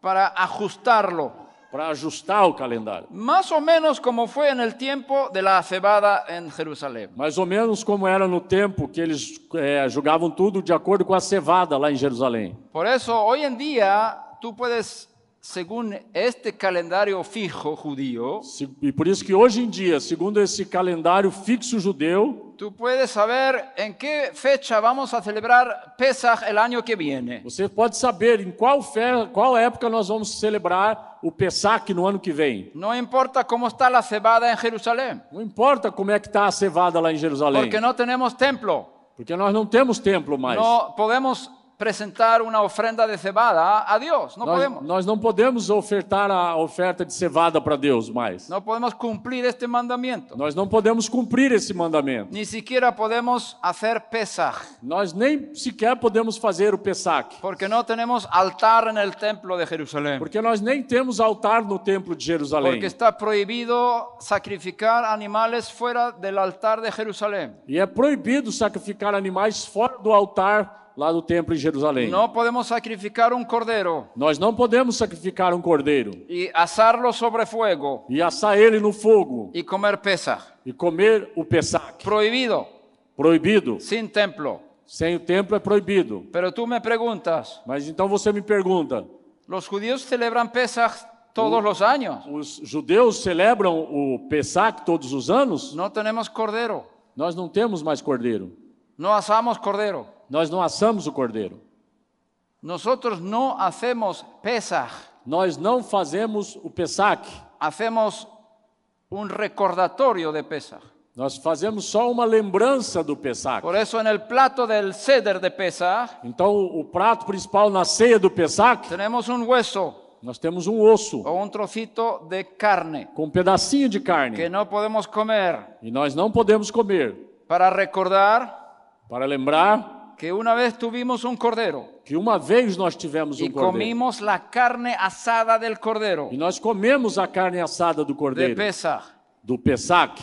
para ajustarlo.
para ajustar o calendário.
Más o menos como fue en el tiempo de la cebada en Jerusalén.
Mais ou menos como era no tempo que eles eh, julgavam tudo de acordo com a cevada lá em Jerusalém.
Por eso hoy en día tú puedes, según este calendario fijo judío,
Se- E por isso que hoje em dia, segundo esse calendário fixo judeu,
Tú puedes saber en qué fecha vamos a celebrar Pesach el año que viene.
Você pode saber em qual, fe- qual época nós vamos celebrar o Pesach no ano que vem.
No importa cómo está la cebada en Jerusalén,
Não importa como é que está a cevada lá em Jerusalém,
porque no tenemos templo.
porque nós não temos templo mais.
No podemos presentar una ofrenda de cebada a Dios, no
nós,
podemos.
nós não podemos ofertar a oferta de cevada para Deus mais.
No podemos cumplir este mandamiento.
Nós não podemos cumprir esse mandamento.
Ni siquiera podemos hacer Pesach,
Nós nem sequer podemos fazer o Pesach,
porque no tenemos altar en el templo de Jerusalén.
porque nós nem temos altar no templo de Jerusalém.
Porque está prohibido sacrificar animales fuera del altar de Jerusalén.
E é proibido sacrificar animais fora do altar lá do templo em Jerusalém.
No podemos sacrificar un cordero.
Nós não podemos sacrificar um cordeiro.
y asarlo sobre fuego
e assar ele no fogo
y comer pesa.
e comer o Pesach.
Prohibido,
Proibido.
sin templo.
Sem o templo é proibido.
Pero tú me preguntas,
Mas então você me pergunta:
los judíos celebran Pesach todos los años.
os judeus celebram o Pesach todos os anos?
No tenemos cordero,
Nós não temos mais cordeiro.
no asamos cordero.
Nós não assamos o cordeiro.
Nosotros no hacemos Pesach,
Nós não fazemos o Pesach.
hacemos un recordatorio de Pesach.
Nós fazemos só uma lembrança do Pesach.
Por eso en el plato del ceder de Pesach
Então, o prato principal na ceia do Pesach,
tenemos un hueso
nós temos um osso
o un trocito de carne
com um pedacinho de
que
carne.
no podemos comer
E nós não podemos comer.
para recordar
Para lembrar
que una vez tuvimos un cordero
que uma vez nós tivemos um
y
cordeiro
comimos la carne asada del cordero
e nós comemos a carne assada
de
do cordeiro
Pesach,
do Pesach,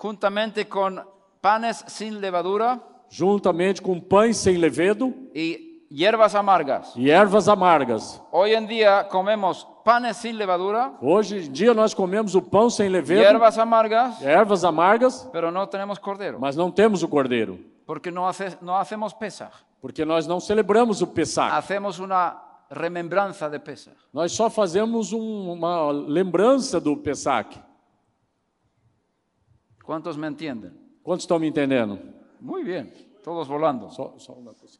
juntamente con panes sin levadura
juntamente com pães sem levedo
y hierbas amargas.
e ervas amargas.
Hoy en día comemos panes sin levadura,
Hoje em dia nós comemos o pão sem levedo,
hierbas amargas,
ervas amargas,
pero no tenemos cordero,
mas não temos o cordeiro,
porque no, hace- no hacemos Pesach, Ah.
porque nós não celebramos o Pesach.
hacemos una remembranza de Pesach.
Nós só fazemos um- uma lembrança do Pesach.
¿Cuántos me entienden?
Quantos estão me entendendo?
Muy bien, todos volando.
Só, só uma coisa.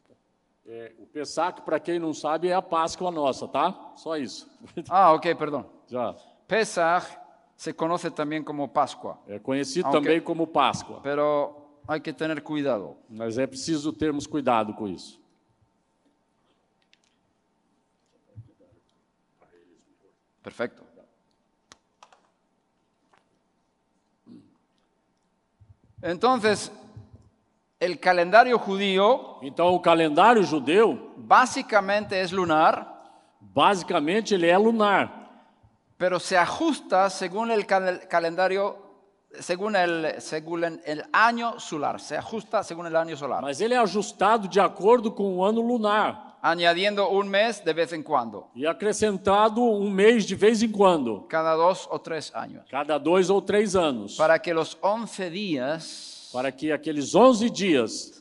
É, o Pesach, para quem não sabe, é a Páscoa nossa, tá? Só isso. [laughs]
Ah, ok, perdón.
Já.
Pesach se conoce también como Pascua,
É conhecido
Ah, ok.
também como Páscoa.
pero hay que tener cuidado.
Mas é preciso termos cuidado com isso.
Perfecto. Entonces, el calendario judío
Então, o calendário judeu,
básicamente es lunar,
basicamente, ele é lunar.
pero se ajusta según el cal- calendario, según el, según el- el año solar, se ajusta según el año solar,
Mas ele é ajustado de acordo com o ano lunar
añadiendo un mes de vez en cuando,
e acrescentado um mês de vez em quando,
cada dos o tres años,
cada dois ou três anos,
para que los 11 días,
para que aqueles 11 dias,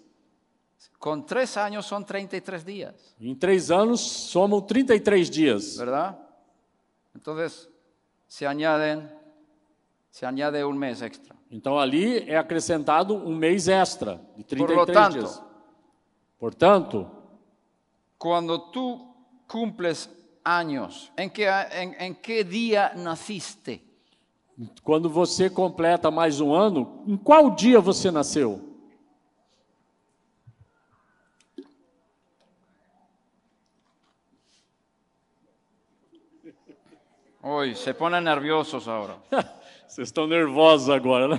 con tres años son 33 días.
em três anos, somam 33 dias.
¿verdad? Entonces se añaden, se añade un mes extra.
Então ali é acrescentado um mês extra de
Por lo
33
tanto-
dias. Portanto,
Cuando tú cumples años, ¿en qué, a- en- en qué día naciste?
quando você completa mais um ano, em qual dia você nasceu?
Hoy se ponen nerviosos ahora.
Vocês estão nervosos agora, né?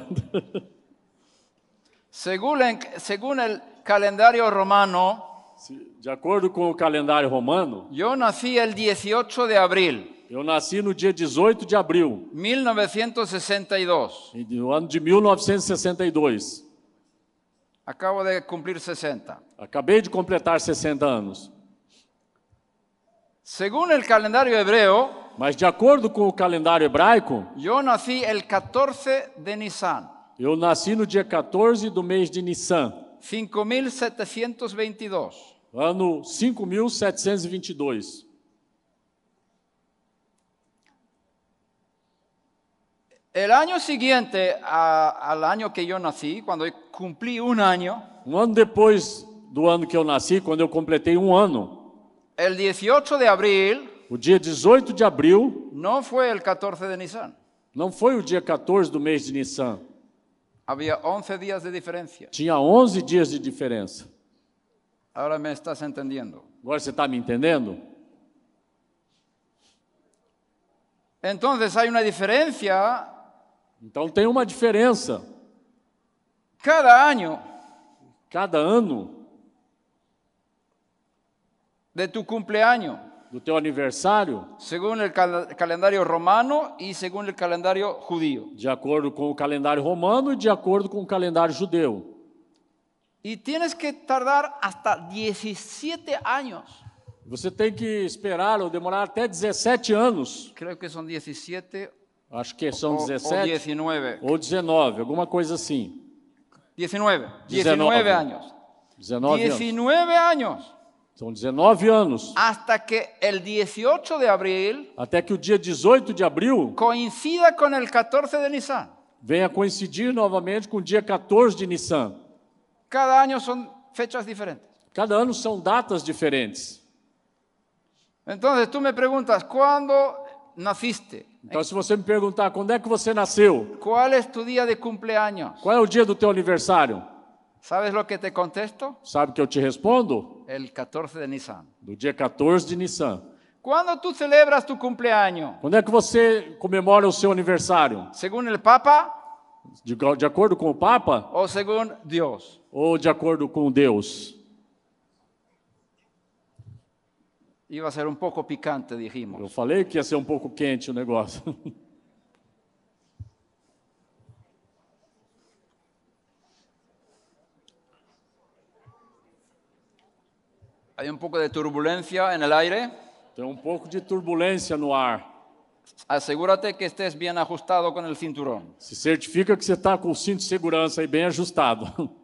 Según, en- según el calendario romano,
[laughs] Se- De acordo com o calendário romano,
yo nací el 18 de abril
eu nasci no dia 18 de abril
1962.
no ano de 1962.
Acabo de cumplir 60.
Acabei de completar 60 anos.
Según el calendario hebreo,
Mas de acordo com o calendário hebraico,
yo nací el 14 de Nisan.
eu nasci no dia 14 do mês de Nissan,
5722.
ano 5722.
El año siguiente a- al año que yo nací, cuando cumplí un año,
Um ano depois do ano que eu nasci, quando eu completei um ano,
el 18 de abril
o dia 18 de abril
no fue el 14 de Nisan.
não foi o dia 14 do mês de Nissan.
Había 11 días de diferencia.
Tinha 11 dias de diferença.
Ahora me estás entendiendo.
Agora você está me entendendo?
Entonces hay una diferencia.
Então tem uma diferença.
Cada año
Cada ano
de tu cumpleaños,
do teu aniversário,
según el cal- calendario romano y según el calendario judío.
de acordo com o calendário romano e de acordo com o calendário judeu,
Y tienes que tardar hasta 17 años.
você tem que esperar ou demorar até 17 anos.
Creo que son 17
Acho que são
o- o
17
19.
ou 19, alguma coisa assim.
19. 19,
19.
años.
19 anos.
19 años.
São 19 anos.
Hasta que el 18 de abril
Até que o dia 18 de abril
coincida con el 14 de Nisan.
venha coincidir novamente com o dia 14 de Nissan.
Cada año son fechas diferentes.
Cada ano são datas diferentes.
Entonces tú me preguntas, ¿cuándo naciste?
Então, se você me perguntar quando é que você nasceu,
¿Cuál es tu día de cumpleaños?
qual é o dia do teu aniversário,
¿Sabes lo que te contesto?
sabe o que eu te respondo?
El 14 de Nisan.
Do dia 14 de Nissan.
¿Cuándo tú celebras tu cumpleaños?
Quando é que você comemora o seu aniversário?
¿Según el Papa
De, go- de acordo com o Papa
o según Dios?
ou de acordo com Deus?
Iba a ser un poco picante, dijimos.
Eu falei que ia ser um pouco quente o negócio. [laughs]
Hay un poco de turbulencia en el aire.
Tem um pouco de turbulência no ar.
Asegúrate que estés bien ajustado con el cinturón.
Se certifica que você está com o cinto de segurança aí bem ajustado. [laughs]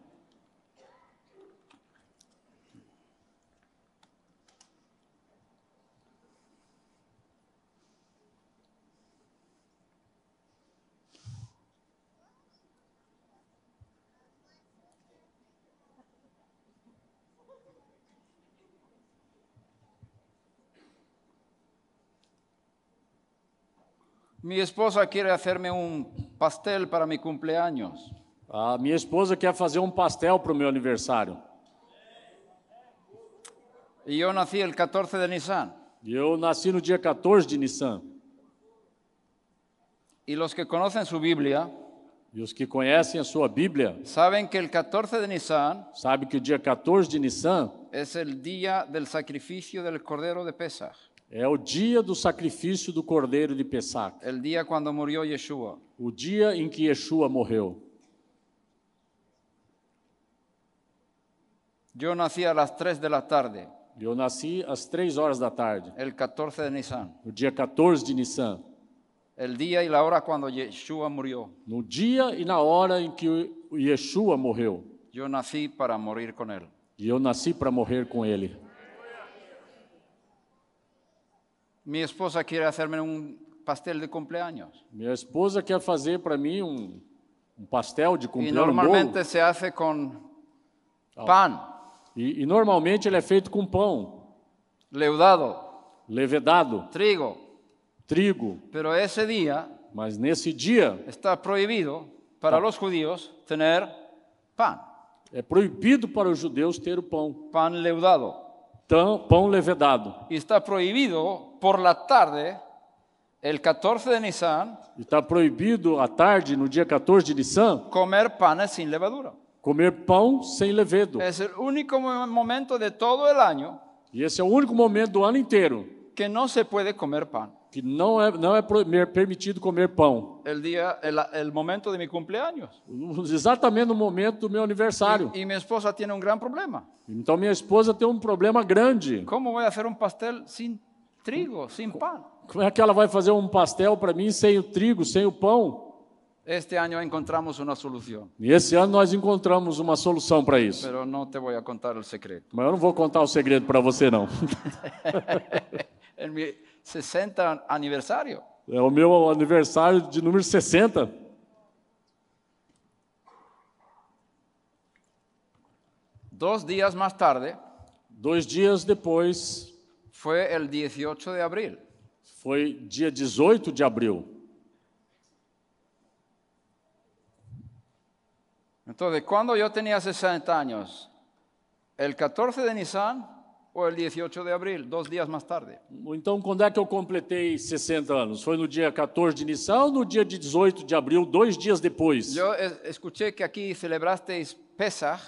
Mi esposa quiere hacerme un pastel para mi cumpleaños.
A minha esposa quer fazer um pastel para o meu aniversário.
Y yo nací el 14 de Nisan.
E eu nasci no dia 14 de Nissan.
Y los que conocen su Biblia
E os que conhecem a sua Bíblia
saben que el 14 de Nisan
sabem que o dia 14 de Nissan
es el día del sacrificio del Cordero de Pesaj,
é o dia do sacrifício do Cordeiro de Pessach,
el día cuando murió Yeshua.
o dia em que Yeshua morreu.
Yo nací a las 3 de la tarde,
E Eu nasci às 3 horas da tarde,
el 14 de Nisan,
no dia 14 de Nissan,
el día y la hora cuando Yeshua murió.
no dia e na hora em que o Yeshua morreu.
Yo nací para morir con él.
E eu nasci para morrer com ele.
Mi esposa quiere hacerme un pastel de cumpleaños.
Minha esposa quer fazer para mim um, um pastel de
Y
cumprir um bolo.
normalmente é se hace con pan
E, e normalmente ele é feito com pão,
leudado,
levedado,
trigo,
trigo.
pero ese día
Mas nesse dia
está prohibido para los judíos tener pan,
é proibido para os judeus ter o pão,
pan leudado.
tão, pão levedado.
Y está prohibido por la tarde, el 14 de Nisan,
E está proibido à tarde, no dia 14 de Nissan,
comer panes sin levadura.
comer pão sem levedo.
Es el único mo- momento de todo el año
E esse é o único momento do ano inteiro
que no se puede comer pan.
que não é, não é pro- mer- permitido comer pão. [laughs]
El, día, el, el momento de mi cumpleaños.
Exatamente no momento do meu aniversário.
Y, y mi esposa tiene un gran problema.
Então minha esposa tem um problema grande.
¿Cómo voy a hacer un pastel sin trigo, sin pan?
Como é que ela vai fazer um pastel para mim sem o trigo, sem o pão?
Este año encontramos una solución,
E esse ano nós encontramos uma solução para isso.
pero no te voy a contar el secreto.
Mas eu não vou contar o segredo para você não. [laughs]
En mi 60 aniversario,
É o meu aniversário de número 60.
dos días más tarde,
Dois dias depois,
fue el 18 de abril.
foi dia 18 de abril.
Entonces, cuando yo tenía 60 años, el 14 de Nisan o el 18 de abril, dos días más tarde.
Então, quando é que eu completei 60 anos? Foi no dia 14 de Nissan ou no dia 18 de abril, dois dias depois?
Yo es- escuché que aquí celebrasteis Pesaj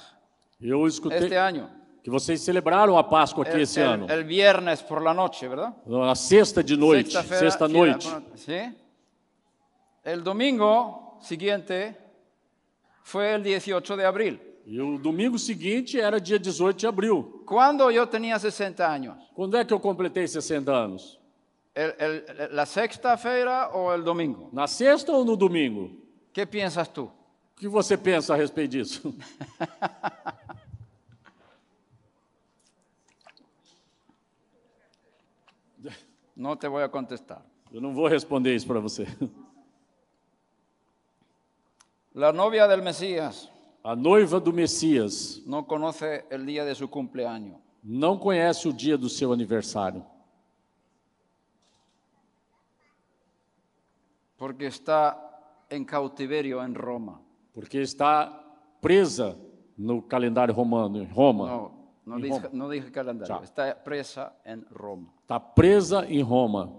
Eu escutei
este año,
que vocês celebraram a Páscoa aqui
el,
esse
el-
ano,
el viernes por la noche, ¿verdad?
na sexta de noite,
Sexta-feira, é,
sexta
que-
noite.
¿sí? El domingo siguiente fue el 18 de abril.
E o domingo seguinte era dia 18 de abril.
Cuando yo tenía 60 años,
Quando é que eu completei 60 anos?
el- el- la sexta feira o el domingo.
Na sexta ou no domingo?
¿Qué piensas tú?
O que você pensa a respeito disso? [laughs]
No te voy a contestar.
Eu não vou responder isso para você.
La novia del Mesías
A noiva do Messias
no conoce el día de su cumpleaños.
não conhece o dia do seu aniversário,
porque está en cautiverio en Roma.
porque está presa no calendário romano, em Roma.
No, no
En
dije,
Roma.
no dije calendario,
Chao.
está presa en Roma.
Está presa em Roma.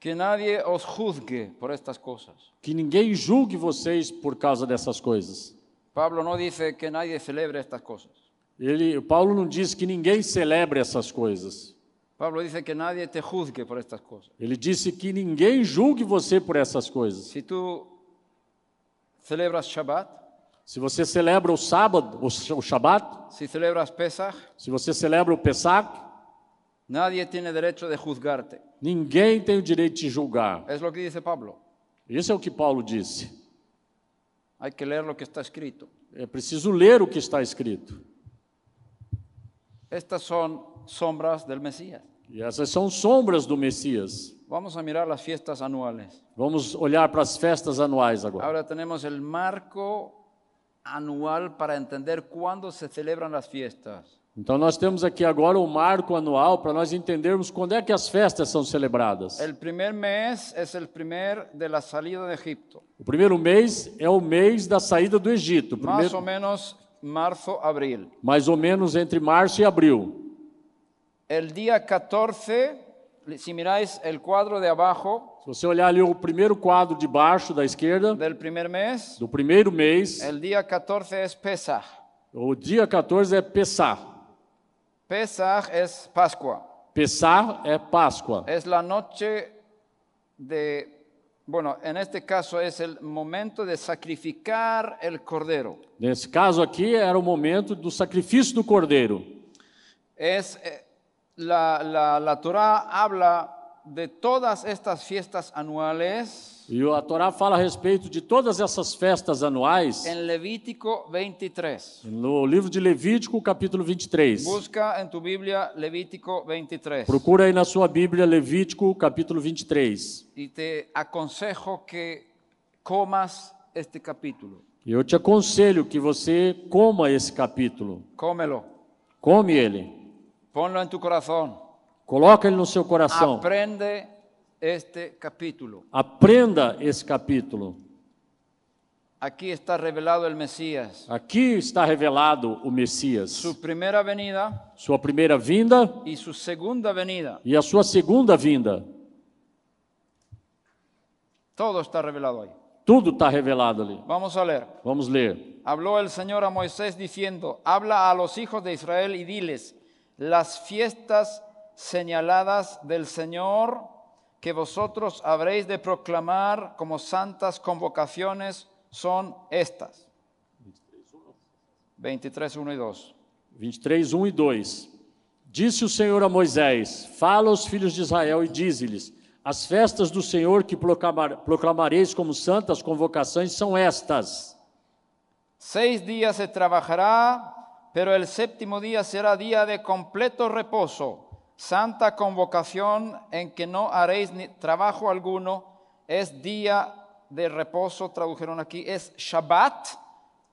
Que nadie os juzgue por estas cosas.
Que ninguém julgue vocês por causa dessas coisas.
Pablo no dice que nadie celebre estas cosas.
Ele, Paulo não diz que ninguém celebre essas coisas.
Pablo dice que nadie te juzgue por estas cosas.
Ele disse que ninguém julgue você por essas coisas.
Si tú celebras Shabbat,
Se você celebra o sábado, o sh- o Shabat,
si celebras Pesach,
se você celebra o Pesach,
nadie tiene derecho de juzgarte.
ninguém tem o direito de te julgar.
Es lo que dice Pablo.
Isso é o que Paulo disse.
Hay que leer lo que está escrito.
É preciso ler o que está escrito.
Estas son sombras del Mesías.
E essas são sombras do Messias.
Vamos a mirar las fiestas anuales.
Vamos olhar para as festas anuais agora.
Ahora tenemos el marco anual para entender cuándo se celebran las fiestas.
Então nós temos aqui agora o marco anual para nós entendermos quando é que as festas são celebradas.
El primer mes es el primer de la salida de Egipto,
O primeiro mês é o mês da saída do Egito, o
más o
primeiro,
menos marzo, abril.
mais ou menos entre março e abril.
El día 14, si miráis el cuadro de abajo
Se você olhar ali o primeiro quadro de baixo da esquerda
del primer mes,
do primeiro mês,
el día 14 es Pesaj.
o dia 14 é Pessah.
Pesaj es Pascua,
Pessah é Páscoa.
es la noche de, bueno, en este caso es el momento de sacrificar el cordero.
Nesse caso aqui era o momento do sacrifício do cordeiro.
Es eh, la, la, la Torá habla de todas estas fiestas anuales
E a Torá fala a respeito de todas essas festas anuais
en Levítico 23.
no livro de Levítico, capítulo 23.
Busca en tu Biblia Levítico 23.
Procura aí na sua Bíblia Levítico, capítulo 23.
y te aconsejo que comas este capítulo.
E eu te aconselho que você coma esse capítulo.
Cómelo,
Come ele.
ponlo en tu corazón.
Coloca ele no seu coração.
Aprende este capítulo.
Aprenda esse capítulo.
Aquí está revelado el Mesías,
Aqui está revelado o Messias,
su primera venida
sua primeira vinda
y su segunda venida.
e a sua segunda vinda.
Todo está revelado ahí.
Tudo está revelado ali.
Vamos a leer.
Vamos ler.
Habló el Señor a Moisés diciendo, habla a los hijos de Israel y diles, las fiestas señaladas del Señor que vosotros habréis de proclamar como santas convocaciones son estas. 23, 1 y 2.
23, 1 e 2. Disse o Senhor a Moisés: Fala aos filhos de Israel e dize-lhes: As festas do Senhor que proclamar- proclamareis como santas convocações são estas.
Seis días se trabajará, pero el séptimo día será día de completo reposo, santa convocación en que no haréis ni trabajo alguno, es día de reposo, tradujeron aquí, es Shabbat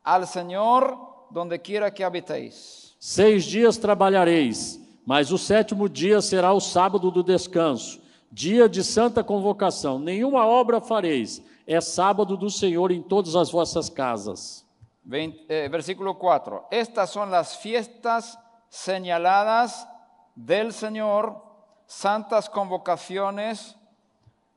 al Señor donde quiera que habitéis.
Seis dias trabalhareis, mas o sétimo dia será o sábado do descanso, dia de santa convocação. Nenhuma obra fareis, é sábado do Senhor em todas as vossas casas.
Vein- eh, versículo 4. Estas son las fiestas señaladas del Señor, santas convocaciones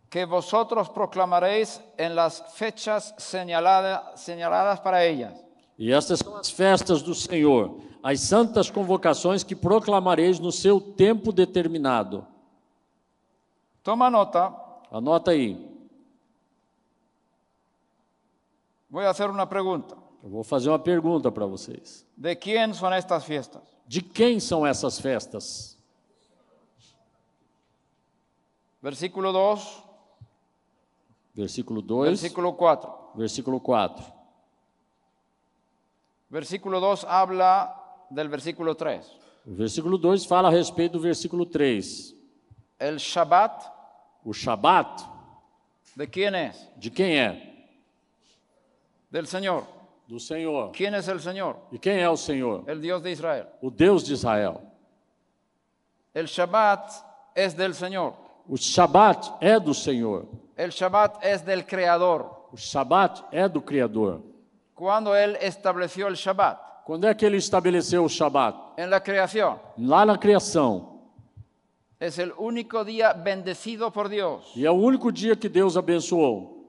que vosotros proclamaréis en las fechas señalada- señaladas para ellas.
E estas são as festas do Senhor, as santas convocações que proclamareis no seu tempo determinado.
Toma nota,
Anota aí,
voy a hacer una pregunta.
eu vou fazer uma pergunta para vocês.
¿De quién son estas fiestas?
De quem são essas festas?
Versículo 2,
Versículo 2,
versículo 4.
versículo 4.
Versículo 2 habla del versículo 3.
O versículo 2 fala a respeito do versículo 3.
El Shabbat,
O Shabat,
¿de quién es?
de quem é?
Del Señor.
Do Senhor.
¿Quién es el Señor?
E quem é o Senhor?
el Dios de Israel.
O Deus de Israel.
El Shabbat es del Señor.
O Shabat é do Senhor.
El Shabbat es del Creador.
O Shabat é do Criador.
Cuando Él estableció el Shabbat
Quando é que ele estabeleceu o Shabat?
en la creación,
Lá na criação.
es el único día bendecido por Dios.
E é o único dia que Deus abençoou.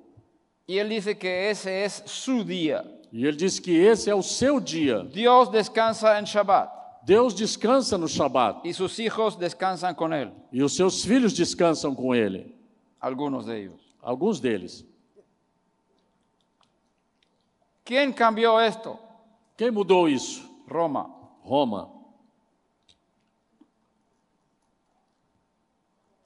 Y Él dice que ese es su día.
E ele disse que esse é o seu dia.
Dios descansa en Shabbat
Deus descansa no Shabat.
y sus hijos descansan con Él,
E os seus filhos descansam com ele.
algunos de ellos.
Alguns deles.
¿Quién cambió esto?
Quem mudou isso?
Roma.
Roma.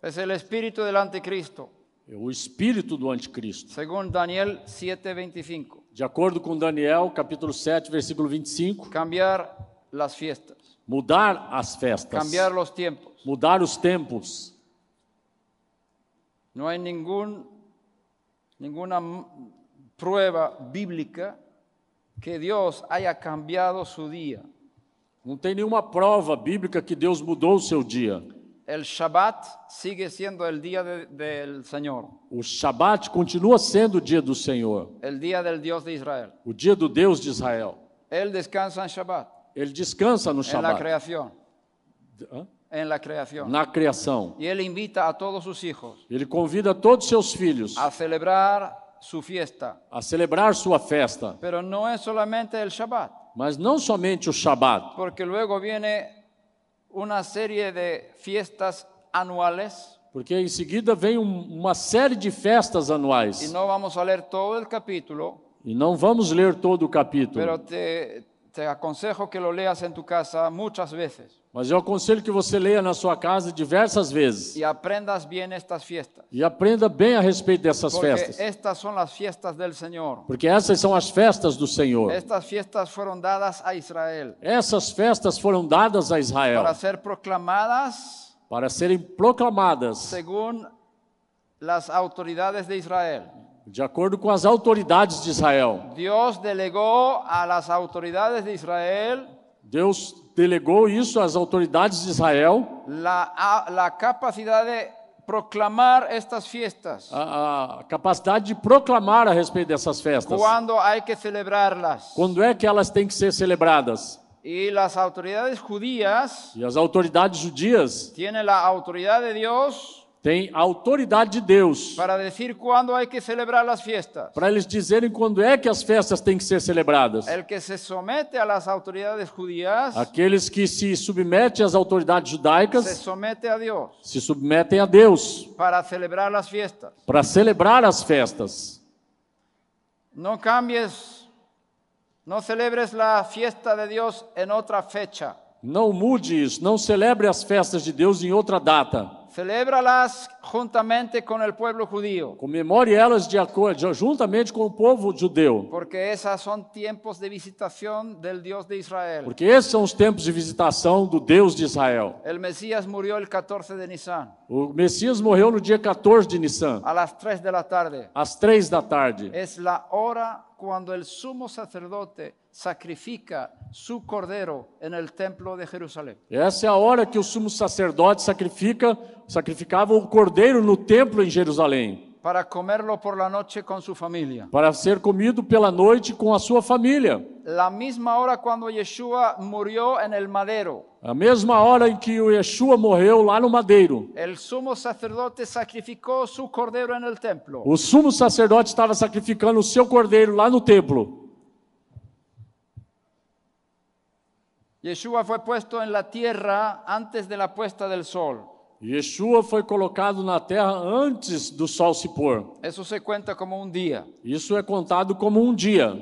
Es el espíritu del anticristo,
É O espírito do anticristo.
según Daniel 7:25.
De acordo com Daniel, capítulo 7, versículo 25,
Cambiar las fiestas,
mudar as festas,
cambiar los tiempos.
mudar os tempos.
No hay ningún, ninguna m- prueba bíblica que Dios haya cambiado su día.
Não tem nenhuma prova bíblica que Deus mudou o seu dia.
El Shabbat sigue siendo el día de- del Señor,
O Shabat continua sendo o dia do Senhor,
el día del Dios de Israel.
o dia do Deus de Israel.
Él descansa en Shabbat,
Ele descansa no
en la
Shabat,
creación,
hã?
en la creación.
na criação.
Y Él invita a todos sus hijos
Ele convida todos seus filhos
a celebrar su fiesta.
a celebrar sua festa,
Pero no es solamente el Shabbat,
mas não somente o Shabat,
porque luego viene una serie de fiestas anuales
porque em seguida vem um- uma série de festas
y
anuais.
no vamos a leer todo el capítulo,
E não vamos ler todo o
Pero
capítulo,
te, te aconsejo que lo leas en tu casa muchas veces
mas eu aconselho que você leia na sua casa diversas vezes
y aprendas bien estas fiestas.
e aprenda bem a respeito dessas
Porque é-
festas.
estas son las fiestas del Señor.
Porque essas são as festas do Senhor.
Estas fiestas fueron dadas a Israel
Essas festas foram dadas a Israel
para ser proclamadas
para serem proclamadas
según las autoridades de Israel.
de acordo com as autoridades de Israel.
Dios delegó a las autoridades de Israel
Deus delegou isso às autoridades de Israel,
la, a- la capacidad de proclamar estas fiestas,
Ah, a, a capacidade de proclamar a respeito dessas festas.
cuándo hay que celebrarlas.
Quando é que elas têm que ser celebradas?
Y las autoridades judías
E as autoridades judias
tienen la autoridad de Dios
têm a autoridade de Deus
para decir cuándo hay que celebrar las fiestas.
para eles dizerem quando é que as festas têm que ser celebradas.
El que se somete a las autoridades judías
Aqueles que se submetem às autoridades
se
judaicas
somete a Dios
se submetem a Deus
para celebrar las fiestas.
para celebrar as festas.
No cambies, no celebres la fiesta de Dios en otra fecha.
Não mude isso, não celebre as festas de Deus em outra data.
Celébralas juntamente con el pueblo judío,
Comemore elas de acordo, juntamente com o povo judeu,
porque esas son tiempos de visitación del Dios de Israel.
porque esses são os tempos de visitação do Deus de Israel.
El Mesías murió el 14 de Nisan
O Messias morreu no dia 14 de Nissan,
a las 3 de la tarde.
às três da tarde.
Es la hora cuando el sumo sacerdote sacrifica su cordero en el templo de Jerusalén.
Essa é a hora que o sumo sacerdote sacrifica, sacrificava o cordeiro no templo em Jerusalém,
para comerlo por la noche con su familia.
para ser comido pela noite com a sua família.
La misma hora cuando Yeshua murió en el madero,
A mesma hora em que o Yeshua morreu lá no madeiro.
el sumo sacerdote sacrificó su cordero en el templo.
O sumo sacerdote estava sacrificando o seu cordeiro lá no templo.
Yeshua fue puesto en la tierra antes de la puesta del sol.
Yeshua foi colocado na terra antes do sol se pôr.
Eso se cuenta como un día.
Isso é contado como um dia.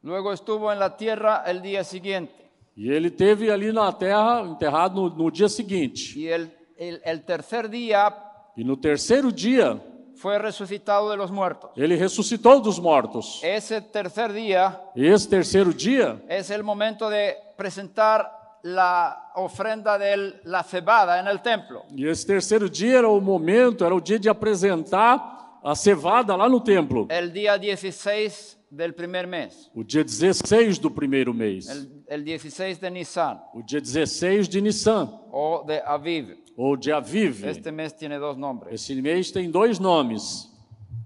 Luego estuvo en la tierra el día siguiente.
E ele teve ali na terra enterrado no, no dia seguinte.
Y el, el- el tercer día
E no terceiro dia,
fue resucitado de los muertos.
ele ressuscitou dos mortos.
Ese tercer día
E esse terceiro dia
es el momento de presentar la ofrenda de la cebada en el templo.
E esse terceiro dia era o momento, era o dia de apresentar a cevada lá no templo.
El día 16 del primer mes,
O dia 16 do primeiro mês.
el, el 16 de Nisan
O dia 16 de Nissan,
o de Aviv.
ou de Aviv.
Este mes tiene dos nombres.
Esse mês tem dois nomes.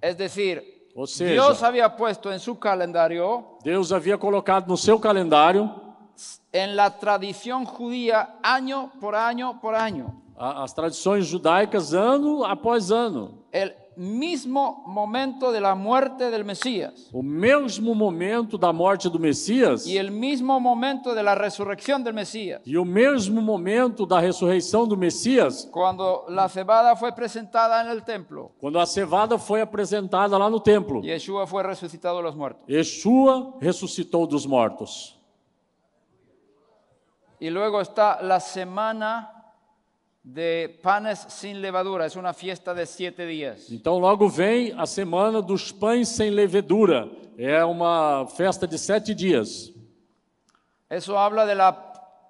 Es decir,
Ou seja,
Dios había puesto en su calendario,
Deus havia colocado no seu calendário
en la tradición judía, año por año por año,
a- as tradições judaicas ano após ano.
el mismo momento de la muerte del Mesías
O mesmo momento da morte do Messias
y el mismo momento de la resurrección del Mesías.
e o mesmo momento da ressurreição do Messias,
Cuando la cebada fue presentada en el templo,
quando a cevada foi apresentada lá no templo.
Yeshua fue resucitado de los muertos.
Yeshua ressuscitou dos mortos.
Y luego está la semana de panes sin levadura. Es una fiesta de siete días.
Então logo vem a semana dos pães sem levedura. É uma festa de sete dias.
Eso habla de la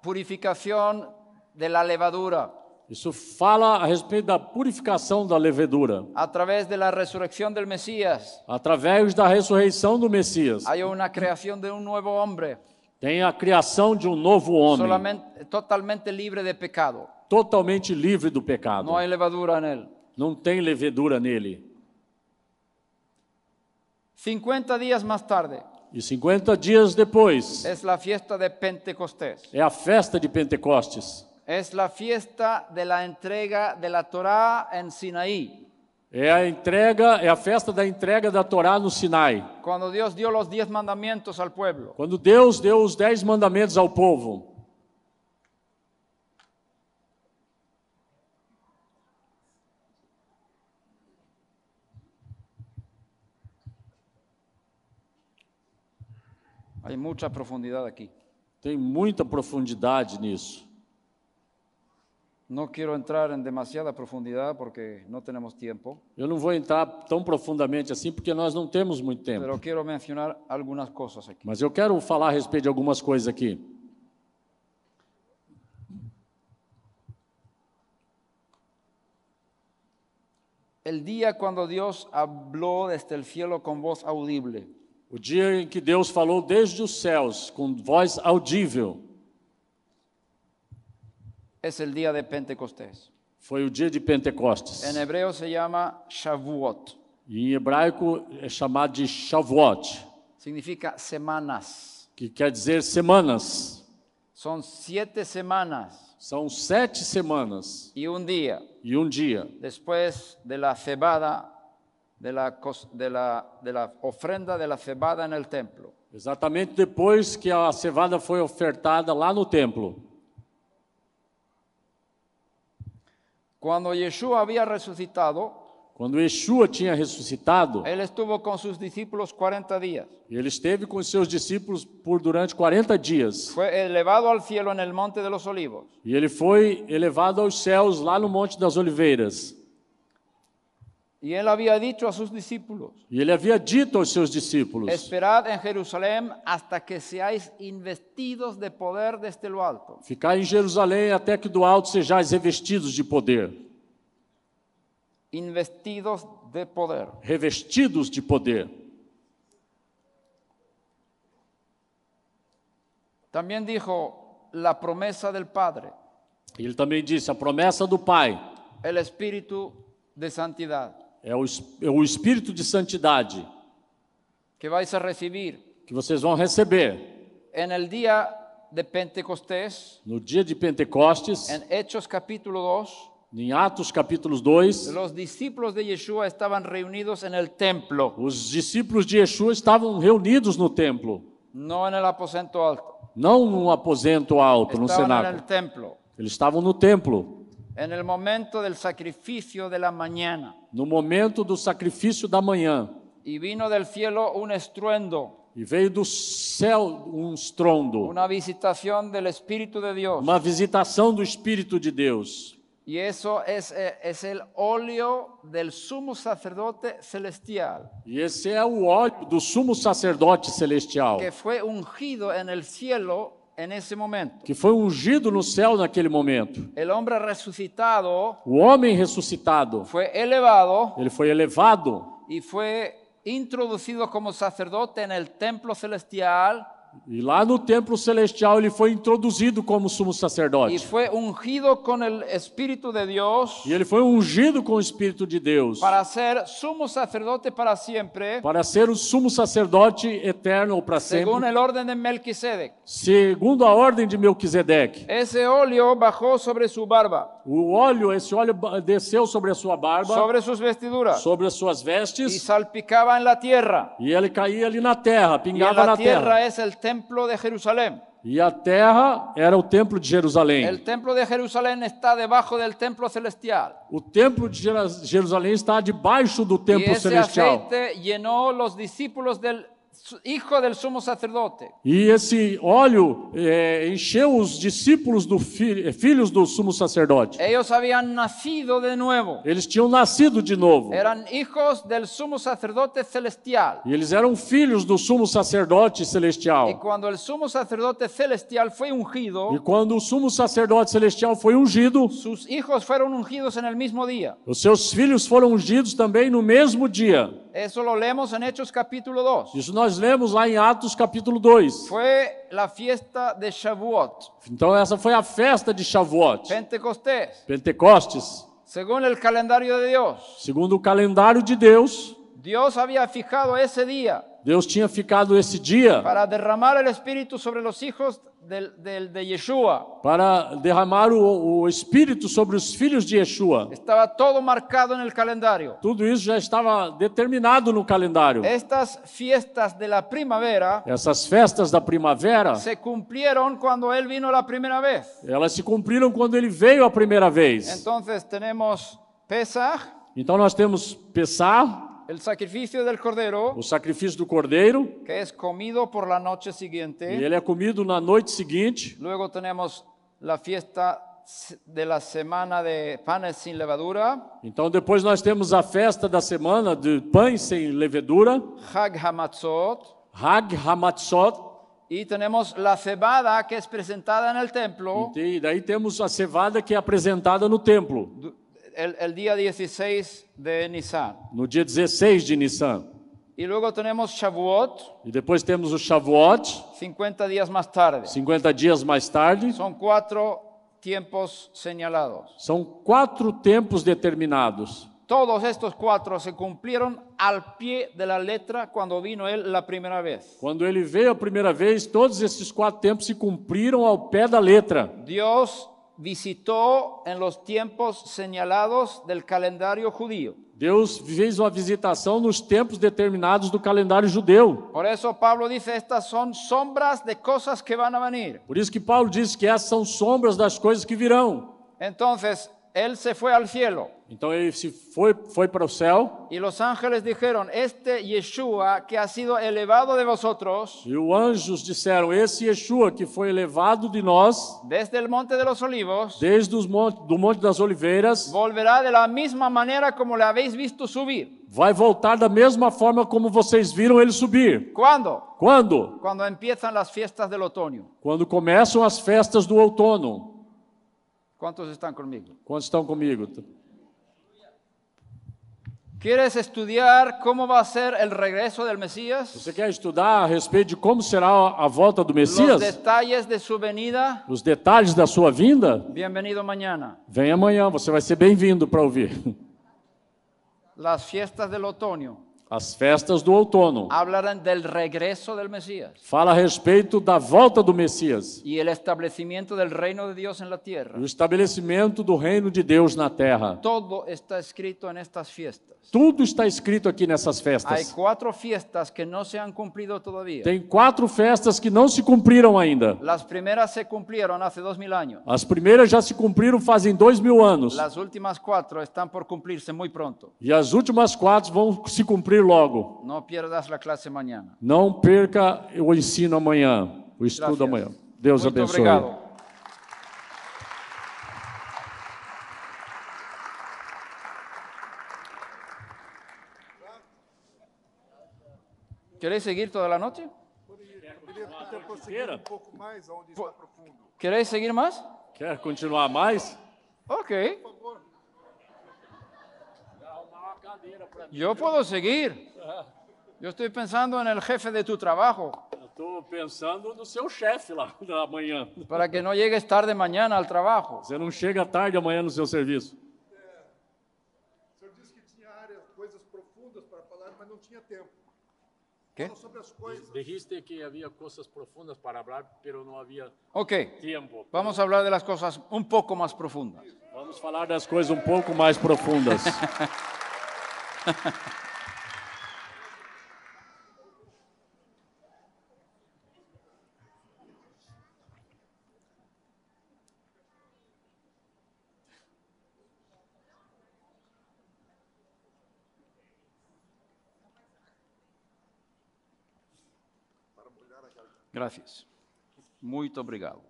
purificación de la levadura
Isso fala a respeito da purificação da levedura.
a través de la resurrección del Mesías.
Através da ressurreição do Messias,
Hay una creación de un nuevo hombre.
Tem a criação de um novo homem,
solamente- totalmente libre de pecado.
totalmente livre do pecado.
No hay levadura en él.
Não tem levedura nele.
50 días más tarde
E 50 dias depois
es la fiesta de Pentecostés.
é a festa de Pentecostes.
Es la fiesta de la entrega de la Torá en Sinaí,
É a entrega, é a festa da entrega da Torá no Sinai,
cuando Dios dio los diez mandamientos al pueblo.
quando Deus deu os dez mandamentos ao povo.
Hay mucha profundidad aquí.
Tem muita profundidade nisso.
No quiero entrar en demasiada profundidad porque no tenemos tiempo,
Eu não vou entrar tão profundamente assim porque nós não temos muito tempo.
pero quiero mencionar algunas cosas aquí.
Mas eu quero falar a respeito de algumas coisas aqui.
El día cuando Dios habló desde el cielo con voz audible,
O dia em que Deus falou desde os céus com voz audível
es el día de Pentecostés.
foi o dia de Pentecostes.
En hebreo se llama Shavuot,
E em hebraico é chamado de Shavuot,
significa semanas.
que quer dizer semanas.
Son siete semanas
São sete semanas
y un día
e um dia.
después de la cebada, de la, cos- de la- de la ofrenda de la cebada en el templo.
Exatamente depois que a cevada foi ofertada lá no templo.
Cuando Yeshua había resucitado,
Quando Yeshua tinha ressuscitado,
él estuvo con sus discípulos 40 días.
ele esteve com os seus discípulos por durante 40 dias.
Fue elevado al cielo en el monte de los olivos.
E ele foi elevado aos céus lá no Monte das Oliveiras.
Y él había dicho a sus discípulos,
E ele havia dito aos seus discípulos:
esperad en Jerusalén hasta que seáis investidos de poder desde lo alto.
Ficai em Jerusalém até que do alto sejais revestidos de poder.
Investidos de poder.
Revestidos de poder.
También dijo la promesa del Padre,
E Ele também disse: A promessa do Pai
el Espíritu de santidad,
é o, es- é o espírito de santidade
que vais a recibir
que vocês vão receber
en el día de Pentecostés,
no dia de Pentecostes,
en Hechos capítulo 2.
em Atos capítulo 2.
Los discípulos de Yeshua estaban reunidos en el templo,
Os discípulos de Yeshua estavam reunidos no templo,
no en el aposento alto.
não num aposento alto, num
Estaban en el
cenáculo.
templo,
Eles estavam no templo,
en el momento del sacrificio de la mañana.
no momento do sacrifício da manhã.
Y vino del cielo un estruendo,
E veio do céu um estrondo,
una visitación del Espíritu de Dios.
uma visitação do Espírito de Deus.
Y eso es, eh, es el óleo del sumo sacerdote celestial,
E esse é o óleo do sumo sacerdote celestial,
que é fue ungido en el cielo en ese momento.
que foi ungido no céu naquele momento.
El hombre resucitado
O homem ressuscitado,
fue elevado
ele foi elevado
y fue introducido como sacerdote en el templo celestial
e lá no templo celestial ele foi introduzido como sumo
y
sacerdote.
fue ungido con el Espíritu de Dios
E ele foi ungido com o Espírito de Deus
para ser sumo sacerdote para siempre,
para ser o sumo sacerdote eterno para
según
sempre,
el orden de Melquisedec.
segundo a ordem de Melquisedeque.
Ese óleo bajó sobre su barba,
O óleo, esse óleo ba- desceu sobre a sua barba,
sobre sus vestiduras.
sobre as suas
y
vestes,
salpicaba en la tierra.
e ele caía ali na terra,
Y en
pingava
la
na terra.
tierra es el templo de Jerusalén.
E a terra era o templo de
El
Jerusalém.
templo de Jerusalén está debajo del templo celestial.
O templo de Jera- Jerusalém está debaixo do
Y
templo
ese
celestial.
aceite llenó los discípulos del su- hijo del sumo sacerdote.
E esse óleo eh, encheu os discípulos do fi- eh, filhos do sumo sacerdote.
Ellos habían nacido de nuevo.
Eles tinham nascido de novo.
Eran hijos del sumo sacerdote celestial.
E eles eram filhos do sumo sacerdote
Y
celestial.
cuando el sumo sacerdote celestial fue
E
ungido,
quando o sumo sacerdote celestial foi ungido,
sus hijos fueron ungidos en el mismo día.
Os seus filhos foram ungidos também no mesmo dia.
Eso lo leemos en Hechos capítulo 2.
Isso nós lemos lá em Atos capítulo 2.
Fue la fiesta de Shavuot,
Então essa foi a festa de Shavuot,
Pentecostés.
Pentecostes.
Según el calendario de Dios,
Segundo o calendário de Deus,
Dios había fijado ese día
Deus tinha ficado esse dia
para derramar el Espíritu sobre los hijos del, del- de Yeshua.
para derramar o, o Espírito sobre os filhos de Yeshua.
Estaba todo marcado en el calendario.
Tudo isso já estava determinado no calendário.
Estas fiestas de la primavera
Essas festas da primavera,
se cumplieron cuando Él vino la primera vez.
elas se cumpriram quando ele veio a primeira vez.
Entonces tenemos Pesaj,
Então nós temos Pessah,
el sacrificio del cordero,
o sacrifício do cordeiro,
que es comido por la noche
e
siguiente.
ele é comido na noite seguinte.
Luego tenemos la fiesta de la semana de panes sin levadura,
Então depois nós temos a festa da semana de pães sem levedura,
Hag Hamatzot,
Hag Hamatzot,
y tenemos la cebada que es presentada en el templo
e daí temos a cevada que é apresentada no templo,
du- el, el día 16 de Nisan.
no dia 16 de Nissan.
Y luego tenemos Shavuot,
E depois temos o Shavuot,
50 días más tarde.
50 dias mais tarde.
Son cuatro tiempos señalados.
São quatro tempos determinados.
Todos estos cuatro se cumplieron al pie de la letra cuando vino él la primera vez.
Quando ele veio a primeira vez, todos esses quatro tempos se cumpriram ao pé da letra.
Dios visitó en los tiempos señalados del calendario judío.
Deus fez uma visitação nos tempos determinados do calendário judeu.
Por eso Pablo dice, estas son sombras de cosas que van a venir.
Por isso que Paulo diz que essas são sombras das coisas que virão.
Entonces, él se fue al cielo
Então ele se foi, foi para o céu
y los ángeles dijeron, este Yeshua que ha sido elevado de vosotros
e os anjos disseram: Esse Yeshua que foi elevado de nós,
desde el monte de los olivos,
desde os monte, do Monte das Oliveiras,
volverá de la misma manera como le habéis visto subir.
vai voltar da mesma forma como vocês viram ele subir.
¿Cuándo?
Quando?
Cuando empiezan las fiestas del otoño.
Quando começam as festas do outono,
¿Cuántos están conmigo?
quantos estão comigo?
¿Quieres estudiar cómo va a ser el regreso del Mesías?
Você quer estudar a respeito de como será a volta do
Los
Messias?
detalles de su venida.
Os detalhes da sua vinda?
Bienvenido mañana.
Vem amanhã, você vai ser bem-vindo para ouvir. [laughs]
Las fiestas del otoño
As festas do outono.
hablarán del regreso del Mesías
Fala a respeito da volta do Messias
y el establecimiento del reino de Dios en la
e o
tierra.
estabelecimento do reino de Deus na terra.
Todo está escrito en estas fiestas.
Tudo está escrito aqui nessas
Hay
festas.
cuatro fiestas que no se han cumplido todavía.
Tem quatro festas que não se cumpriram ainda.
Las primeras se cumplieron hace dos mil años.
As primeiras já se cumpriram fazem dois mil anos.
Las últimas cuatro están por cumplirse muy pronto.
E as últimas quatro vão se cumprir logo.
No pierdas la clase mañana.
Não perca o ensino amanhã, o estudo
Gracias.
amanhã. Deus
Muito
abençoe.
obrigado. ¿Queréis seguir toda la noche?
Queria até prosseguir um pouco mais onde está profundo.
¿Queréis seguir más?
Quer continuar mais?
Ok. Yo puedo seguir. Yo estoy pensando en el jefe de tu trabajo,
Eu estou pensando no seu chefe lá [laughs] da manhã.
para que no llegues tarde mañana al trabajo.
Você não chega tarde amanhã no seu serviço.
É. O senhor disse que tinha áreas, coisas profundas para falar, mas não tinha tempo.
Quê?
Fala sobre as coisas.
Dijiste que havia coisas profundas para falar, pero não havia
Ok,
tempo.
vamos a hablar de las cosas un poco más profundas.
Vamos falar das coisas um pouco mais profundas.
Gracias. Muito obrigado.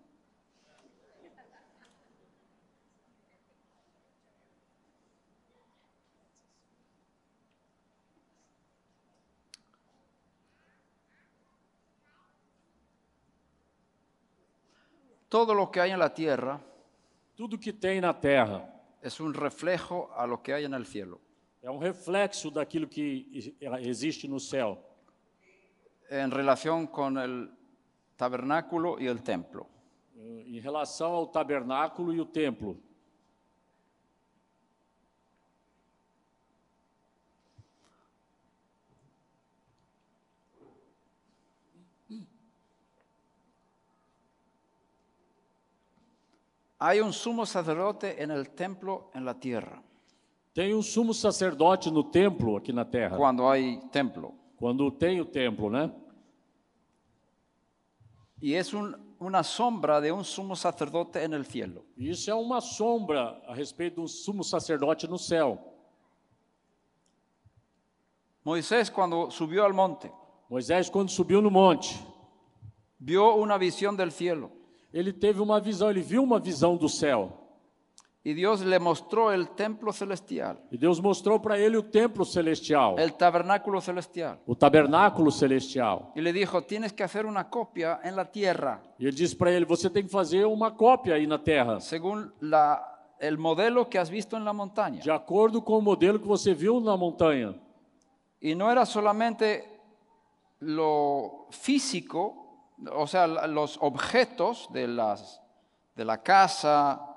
Todo lo que hay en la tierra
Tudo que tem na terra
es un reflejo a lo que hay en el cielo.
É um reflexo daquilo que existe no céu
en relación con el tabernáculo y el templo.
eh, em relação ao tabernáculo e o templo.
Hay un sumo sacerdote en el templo en la tierra,
Tem um sumo sacerdote no templo aqui na terra.
cuando hay templo.
Quando tem o templo, né?
Y es un- una sombra de un sumo sacerdote en el cielo.
E Isso é uma sombra a respeito do sumo sacerdote no céu.
Moisés cuando subió al monte,
Moisés, quando subiu no monte,
vio una visión del cielo
ele teve uma visão, ele viu uma visão do céu.
y Dios le mostró el templo celestial,
E Deus mostrou para ele o templo celestial,
el tabernáculo celestial.
o tabernáculo celestial.
Y le dijo, tienes que hacer una copia en la tierra,
E ele disse para ele: Você tem que fazer uma cópia aí na terra,
según la- el modelo que has visto en la montaña.
de acordo com o modelo que você viu na montanha.
Y no era solamente lo físico, o sea, la- los objetos de, las, de la casa,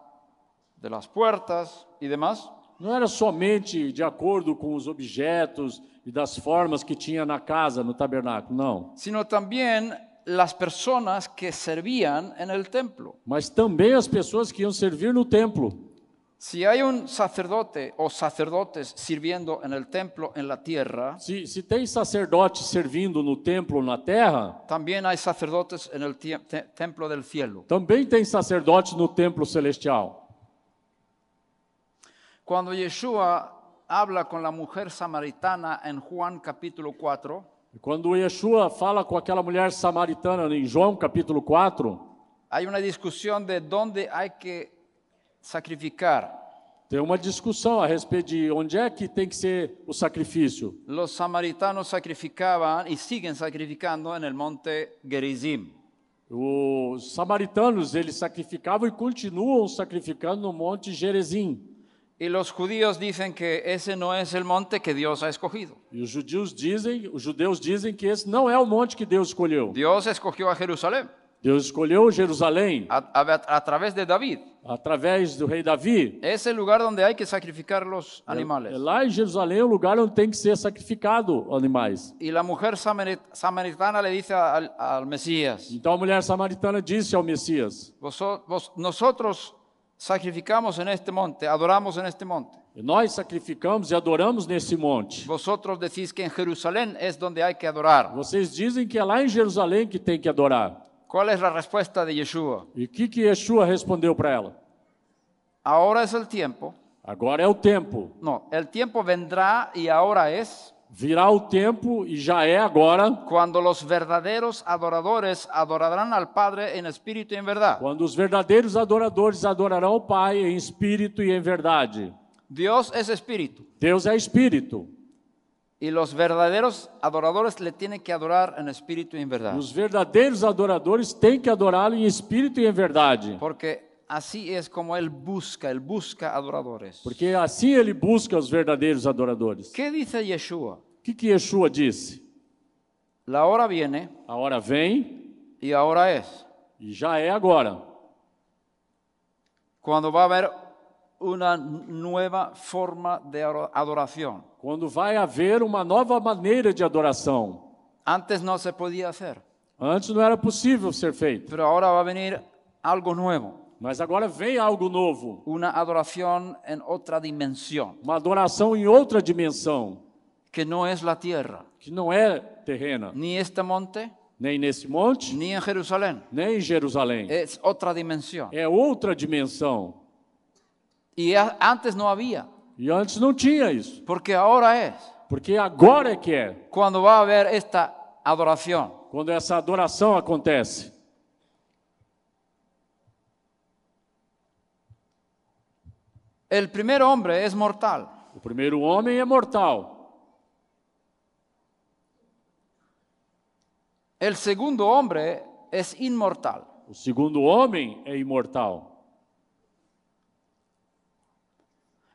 de las puertas y demás,
Não era somente de acordo com os objetos e das formas que tinha na casa, no tabernáculo, não.
sino también las personas que servían en el templo.
Mas também as pessoas que iam servir no templo.
Si hay un sacerdote o sacerdotes sirviendo en el templo en la tierra,
Se, se tem sacerdote servindo no templo na terra,
también hay sacerdotes en el tie- te- templo del cielo.
também tem sacerdote no templo celestial.
Cuando Yeshua habla con la mujer samaritana en Juan capítulo 4,
Quando Yeshua fala com aquela mulher samaritana em João capítulo 4,
hay una discusión de dónde hay que sacrificar.
tem uma discussão a respeito de onde é que tem que ser o sacrifício.
Los samaritanos sacrificaban y siguen sacrificando en el monte Gerizim.
Os samaritanos, eles sacrificavam e continuam sacrificando no monte Gerezim.
Y los judíos dicen que ese no es el monte que Dios ha escogido.
E os judeus dizem, os judeus dizem que esse não é o monte que Deus escolheu.
Dios escogió a Jerusalén
Deus escolheu Jerusalém
a, a- a través de David.
através do rei Davi.
Es el lugar donde hay que sacrificar los
É
animales.
lá em Jerusalém é o lugar onde tem que ser sacrificado animais.
Y la mujer samari- samaritana le dice al, al Mesías,
Então a mulher samaritana disse ao Messias:
"Vosot- vos- nosotros sacrificamos en este monte, adoramos en este monte.
Nós sacrificamos e adoramos nesse monte.
Vosotros decís que en Jerusalén es donde hay que adorar.
Vocês dizem que é lá em Jerusalém que tem que adorar.
¿Cuál es la respuesta de Yeshua?
E o que que Yeshua respondeu para ela?
Ahora es el tiempo.
Agora é o tempo.
No, el tiempo vendrá y ahora es
Virá o tempo e já é agora,
cuando los verdaderos adoradores adorarán al Padre en espíritu y en verdad.
quando os verdadeiros adoradores adorarão o Pai em espírito e em verdade.
Dios es espíritu
Deus é espírito.
y los verdaderos adoradores le tienen que adorar en espíritu y en verdad.
Os verdadeiros adoradores têm que adorá-lo em espírito e em verdade,
Porque así es como Él busca, Él busca adoradores.
porque assim ele busca os verdadeiros adoradores.
¿Quê dice Yeshua?
O que, que Yeshua disse?
La hora viene
A hora vem
y ahora es.
e já é agora,
cuando va a haber una nueva forma de aro- adoración.
quando vai haver uma nova maneira de adoração.
Antes no se podía hacer,
Antes não era possível ser feito,
pero ahora va a venir algo nuevo,
mas agora vem algo novo,
una adoración en otra dimensión,
uma adoração em outra dimensão,
que no es la tierra,
que não é terrena,
ni este monte,
nem nesse monte,
ni en Jerusalén,
nem em Jerusalém.
es otra dimensión.
É outra dimensão.
Y a- antes no había,
E antes não tinha isso,
porque ahora es,
porque agora é que é.
cuando va a haber esta adoración.
quando essa adoração acontece.
El primer hombre es mortal,
O primeiro homem é mortal,
el segundo hombre es inmortal.
o segundo homem é imortal.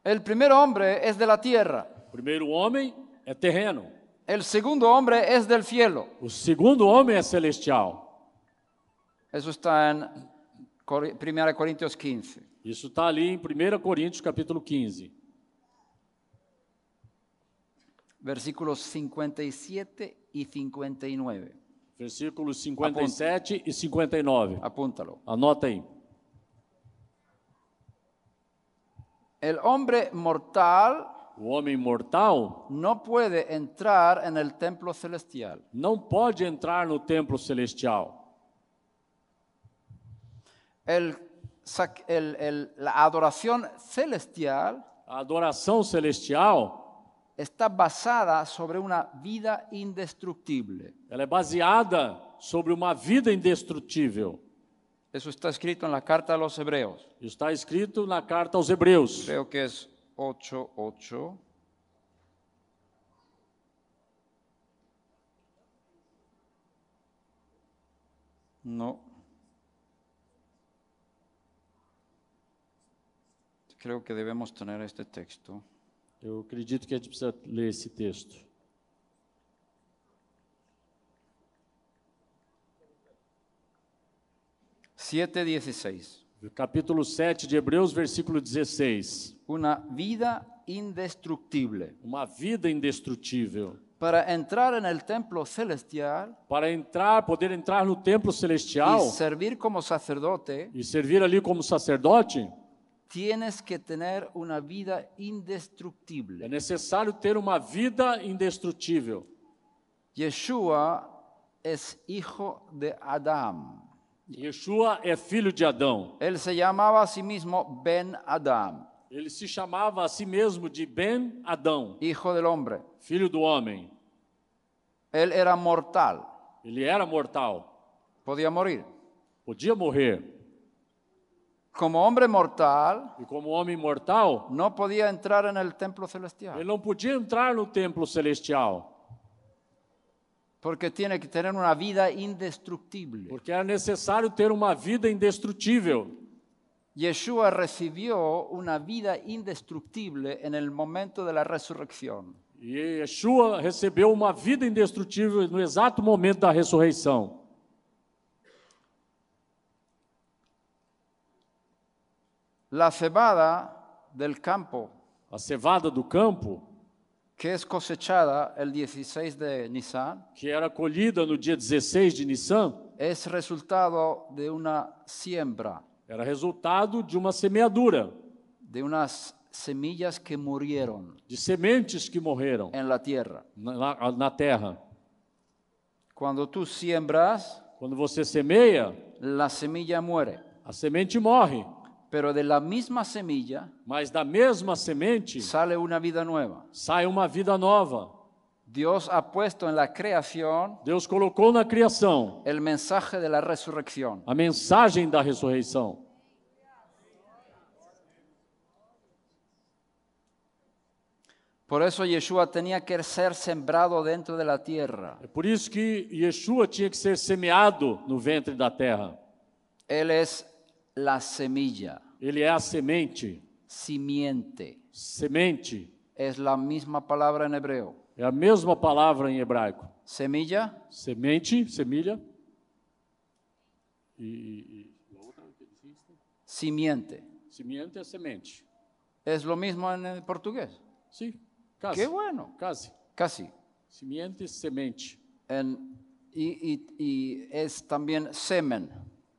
El primer hombre es de la tierra,
primeiro homem é terreno,
El segundo hombre es del cielo.
o segundo homem é celestial.
Eso está en Cor- 1 Corintios 15.
Isso está ali em 1 Coríntios capítulo 15,
versículos 57 y 59.
versículos 57 e 59.
Apúntalo.
Anota aí.
El hombre mortal
O homem mortal
no puede entrar en el templo celestial.
não pode entrar no templo celestial.
El sac- el- el- la adoración celestial
A adoração celestial,
está basada sobre una vida indestructible.
ela é baseada sobre uma vida indestrutível.
Eso está escrito en la carta a los hebreos.
Isso está escrito na carta aos Hebreus.
Creo que es 8.8. No. Creo que debemos tener este texto.
Eu acredito que a gente precisa ler esse texto.
Siete dieciséis.
Capítulo 7 de Hebreus, versículo 16.
Una vida indestructible.
Uma vida indestrutível.
Para entrar en el templo celestial
Para entrar, poder entrar no templo celestial
y servir como sacerdote,
e servir ali como sacerdote,
tienes que tener una vida indestructible.
é necessário ter uma vida indestrutível.
Yeshua es hijo de Adán.
Yeshua é filho de Adão.
Él se llamaba a sí mismo Ben Adán,
Ele se chamava a si mesmo de Ben Adão,
hijo del hombre.
filho do homem.
Él era mortal,
Ele era mortal,
podía morir.
podia morrer.
Como hombre mortal,
E como homem mortal,
no podía entrar en el templo
ele
celestial,
não podia entrar no templo celestial,
porque tiene que tener una vida indestructible.
porque era necessário ter uma vida indestrutível.
Yeshua recibió una vida indestructible en el momento de la resurrección.
E Yeshua recebeu uma vida indestrutível no exato momento da ressurreição.
La cebada del campo
A cevada do campo,
que es cosechada el 16 de Nisan
que era colhida no dia 16 de Nissan,
es resultado de una siembra,
era resultado de uma semeadura,
de unas semillas que murieron
de sementes que morreram
en la tierra.
na- na, na terra.
Cuando tú siembras,
Quando você semeia,
la semilla muere,
a semente morre,
pero de la misma semilla
mas da mesma semente
sale una vida nueva.
sai uma vida nova.
Dios ha puesto en la creación
Deus colocou na criação
el mensaje de la resurrección.
a mensagem da ressurreição.
Por eso Yeshua tenía que ser sembrado dentro de la tierra.
É por isso que Yeshua tinha que ser semeado no ventre da terra.
Él es la semilla,
Ele é a semente,
simiente.
semente,
es la misma palabra en hebreo.
é a mesma palavra em hebraico.
Semilla,
Semente, semilha,
simiente.
semente é semente.
Es lo mismo en eh, portugués.
Sim, case.
Qué bueno.
Case,
Casi.
semente, semente,
En- y, y- y es también semen.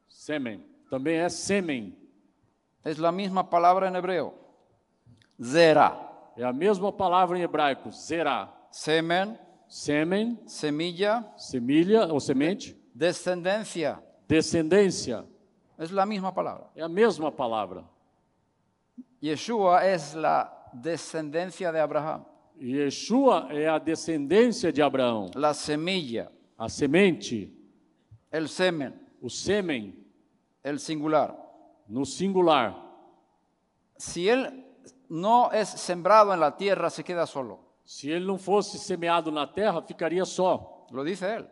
sêmen. Também é sêmen,
Es la misma palabra en hebreo. Zera.
é a mesma palavra em hebraico, zerá.
Semen,
Sêmen,
semilla,
semilha ou semente,
descendencia.
descendência,
Es la misma palabra.
é a mesma palavra.
Yeshua es la descendencia de Abraham.
E Yeshua é a descendência de Abraão,
La semilla,
a semente,
el semen,
o sêmen,
el singular.
no singular.
Si él no es sembrado en la tierra, se queda solo.
Se ele não fosse semeado na terra, ficaria só,
Lo dice él.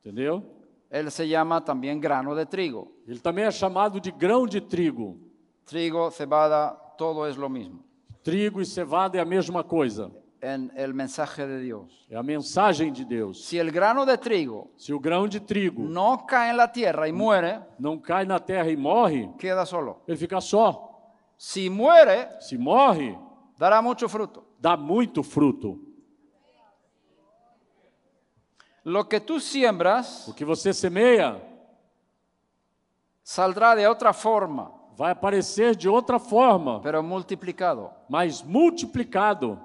entendeu?
Él se llama también grano de trigo.
Ele também é chamado de grão de trigo.
Trigo, cebada, todo es lo mismo.
Trigo e cevada é a mesma coisa.
en el mensaje de Dios.
É a mensagem de Deus.
Si el grano de trigo
Se o grão de trigo
no cae en la tierra y muere,
não cai na terra e morre,
queda solo.
ele fica só.
Si muere,
Se morre,
dará mucho fruto.
dá muito fruto.
Lo que tú siembras
O que você semeia
saldrá de otra forma,
vai aparecer de outra forma,
pero multiplicado.
mas multiplicado.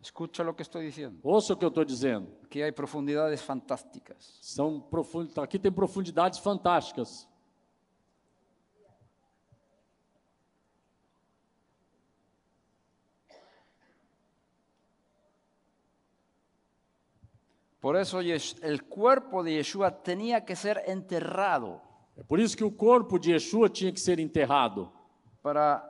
Escucha lo que estoy diciendo.
Ouça o que eu estou dizendo.
Aquí hay profundidades fantásticas.
São profund... Aqui tem profundidades fantásticas.
Por eso Yes- el cuerpo de Yeshua tenía que ser enterrado
É por isso que o corpo de Yeshua tinha que ser enterrado
para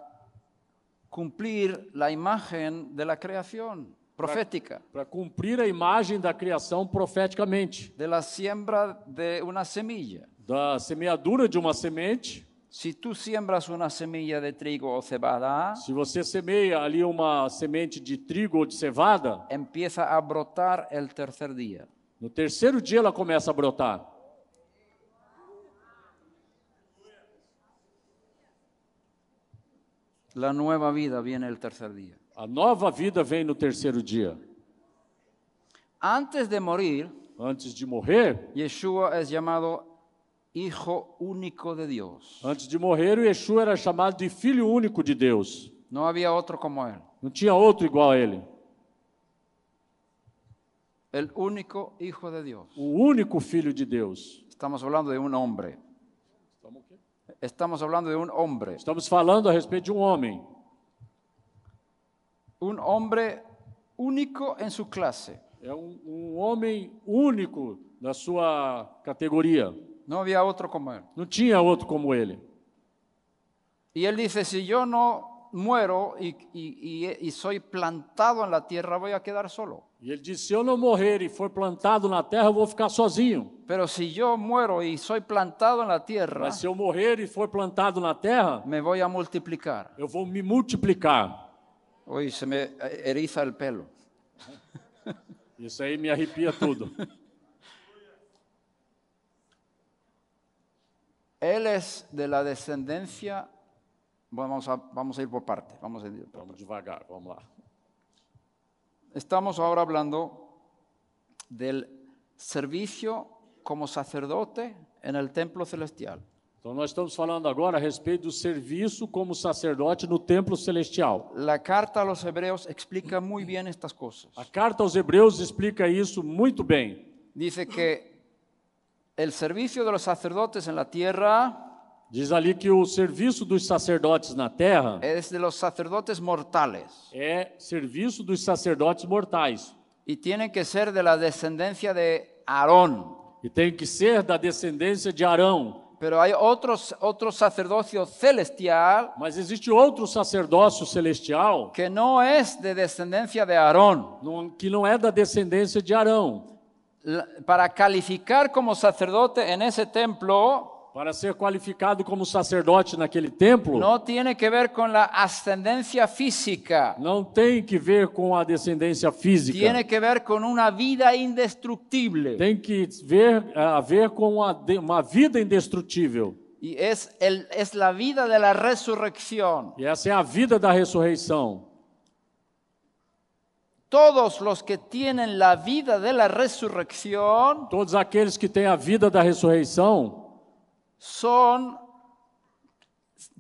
cumplir la imagen de la creación profética,
para cumprir a imagem da criação profeticamente.
de la siembra de una semilla.
Da semeadura de uma semente,
Si tú siembras una semilla de trigo o cebada,
se você semeia ali uma semente de trigo ou de cevada,
empieza a brotar el tercer día.
no terceiro dia ela começa a brotar.
La nueva vida viene el tercer día.
A nova vida vem no terceiro dia.
Antes de morir,
Antes de morrer,
Yeshua es llamado Hijo único de Deus.
antes de morrer, o Yeshua era chamado de Filho único de Deus.
No había otro como él.
Não tinha outro igual a ele.
El único Hijo de Dios.
O único Filho de Deus.
Estamos hablando de un hombre. Estamos hablando de un hombre.
Estamos falando a respeito de um homem.
Un hombre único en su clase.
É um, um homem único da sua categoria.
No había otro como él.
Não tinha outro como ele.
Y él dice, si yo no muero y, y- y- y soy plantado en la tierra, voy a quedar solo.
E ele disse: Se eu não morrer e for plantado na terra, eu vou ficar sozinho.
Pero si yo muero y soy plantado en la tierra,
Mas se eu morrer e for plantado na terra,
me voy a multiplicar.
eu vou me multiplicar.
Hoy se me eriza el pelo.
Isso aí me arrepia tudo. [laughs]
Él es de la descendencia. Vamos a, vamos a ir por parte. Vamos a ir por
vamos devagar, vamos lá.
Estamos ahora hablando del servicio como sacerdote en el templo celestial.
Então, nós estamos falando agora a respeito do serviço como sacerdote no templo celestial.
La carta a los hebreos explica muy bien estas cosas.
A carta aos Hebreus explica isso muito bem.
Dice que el servicio de los sacerdotes en la tierra
Diz ali que o serviço dos sacerdotes na terra
es de los sacerdotes mortales
é serviço dos sacerdotes mortais
y tienen que ser de la descendencia de Aarón.
e tem que ser da descendência de Arão.
Pero hay otros, otro sacerdocio celestial
Mas existe outro sacerdócio celestial
que no es de descendencia de Aarón.
não- que não é da descendência de Arão.
La- para calificar como sacerdote en ese templo
Para ser qualificado como sacerdote naquele templo,
no tiene que ver con la ascendencia física,
não tem que ver com a descendência física.
tiene que ver con una vida indestructible.
tem que ver, a ver com a de- uma vida indestrutível.
Y es, el, es la vida de la resurrección.
E essa é a vida da ressurreição.
Todos los que tienen la vida de la resurrección
Todos aqueles que têm a vida da ressurreição
son,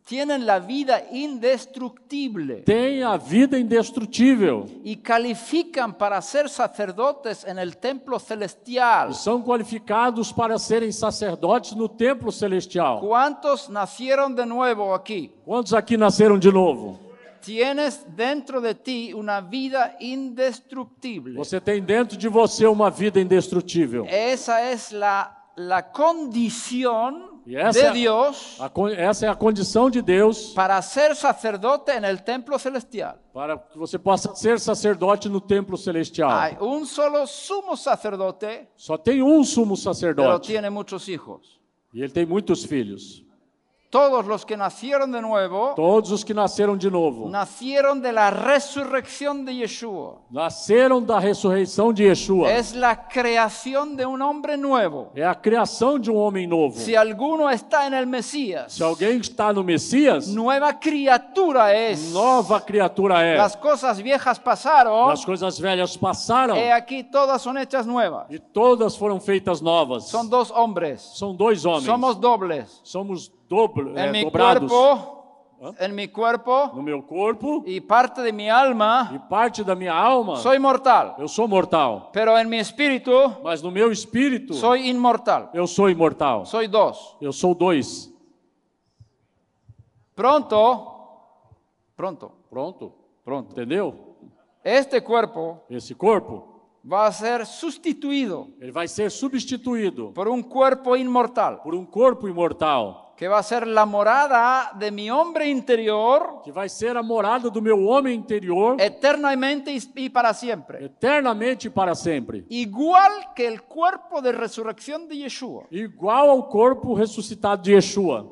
tienen la vida indestructible
têm a vida indestrutível
y califican para ser sacerdotes en el templo celestial.
e são qualificados para serem sacerdotes no templo celestial.
¿Cuántos nacieron de nuevo aquí?
Quantos aqui nasceram de novo?
Tienes dentro de ti una vida indestructible.
Você tem dentro de você uma vida indestrutível.
Esa es la, la condición
Y esa-
de Dios
A con- essa é a condição de Deus
para ser sacerdote en el templo celestial.
para que você possa ser sacerdote no templo celestial.
Hay un solo sumo sacerdote,
Só tem um sumo
pero
sacerdote
tiene muchos hijos.
e ele tem muitos filhos.
todos los que nacieron de nuevo,
Todos os que nasceram de novo.
nacieron de la resurrección de Yeshua.
Nasceram da ressurreição de Yeshua.
Es la creación de un hombre nuevo.
É a criação de um homem novo.
Si alguno está en el Mesías,
Se alguém está no Messias,
nueva criatura es.
nova criatura é.
Las cosas viejas pasaron,
As coisas velhas passaram
he aquí todas son hechas nuevas.
e todas foram feitas novas.
Son dos hombres,
São dois homens.
somos dobles.
Somos dobro,
En
é,
mi
dobrados
cuerpo,
¿Ah?
en mi cuerpo
no meu corpo
y parte de mi alma,
e parte da minha alma.
soy mortal,
Eu sou mortal,
pero en mi espíritu
mas no meu espírito
soy inmortal.
eu sou imortal.
Soy dos.
Eu sou dois.
Pronto, pronto,
Pronto?
pronto.
Entendeu?
Este cuerpo
Esse corpo,
va a ser sustituido
ele vai ser substituído
por un cuerpo inmortal,
por um corpo imortal,
que va a ser la morada de mi hombre interior
que vai ser a morada do meu homem interior
eternamente y- y para siempre.
eternamente e para sempre.
Igual que el cuerpo de resurrección de Yeshua.
Igual ao corpo ressuscitado de Yeshua.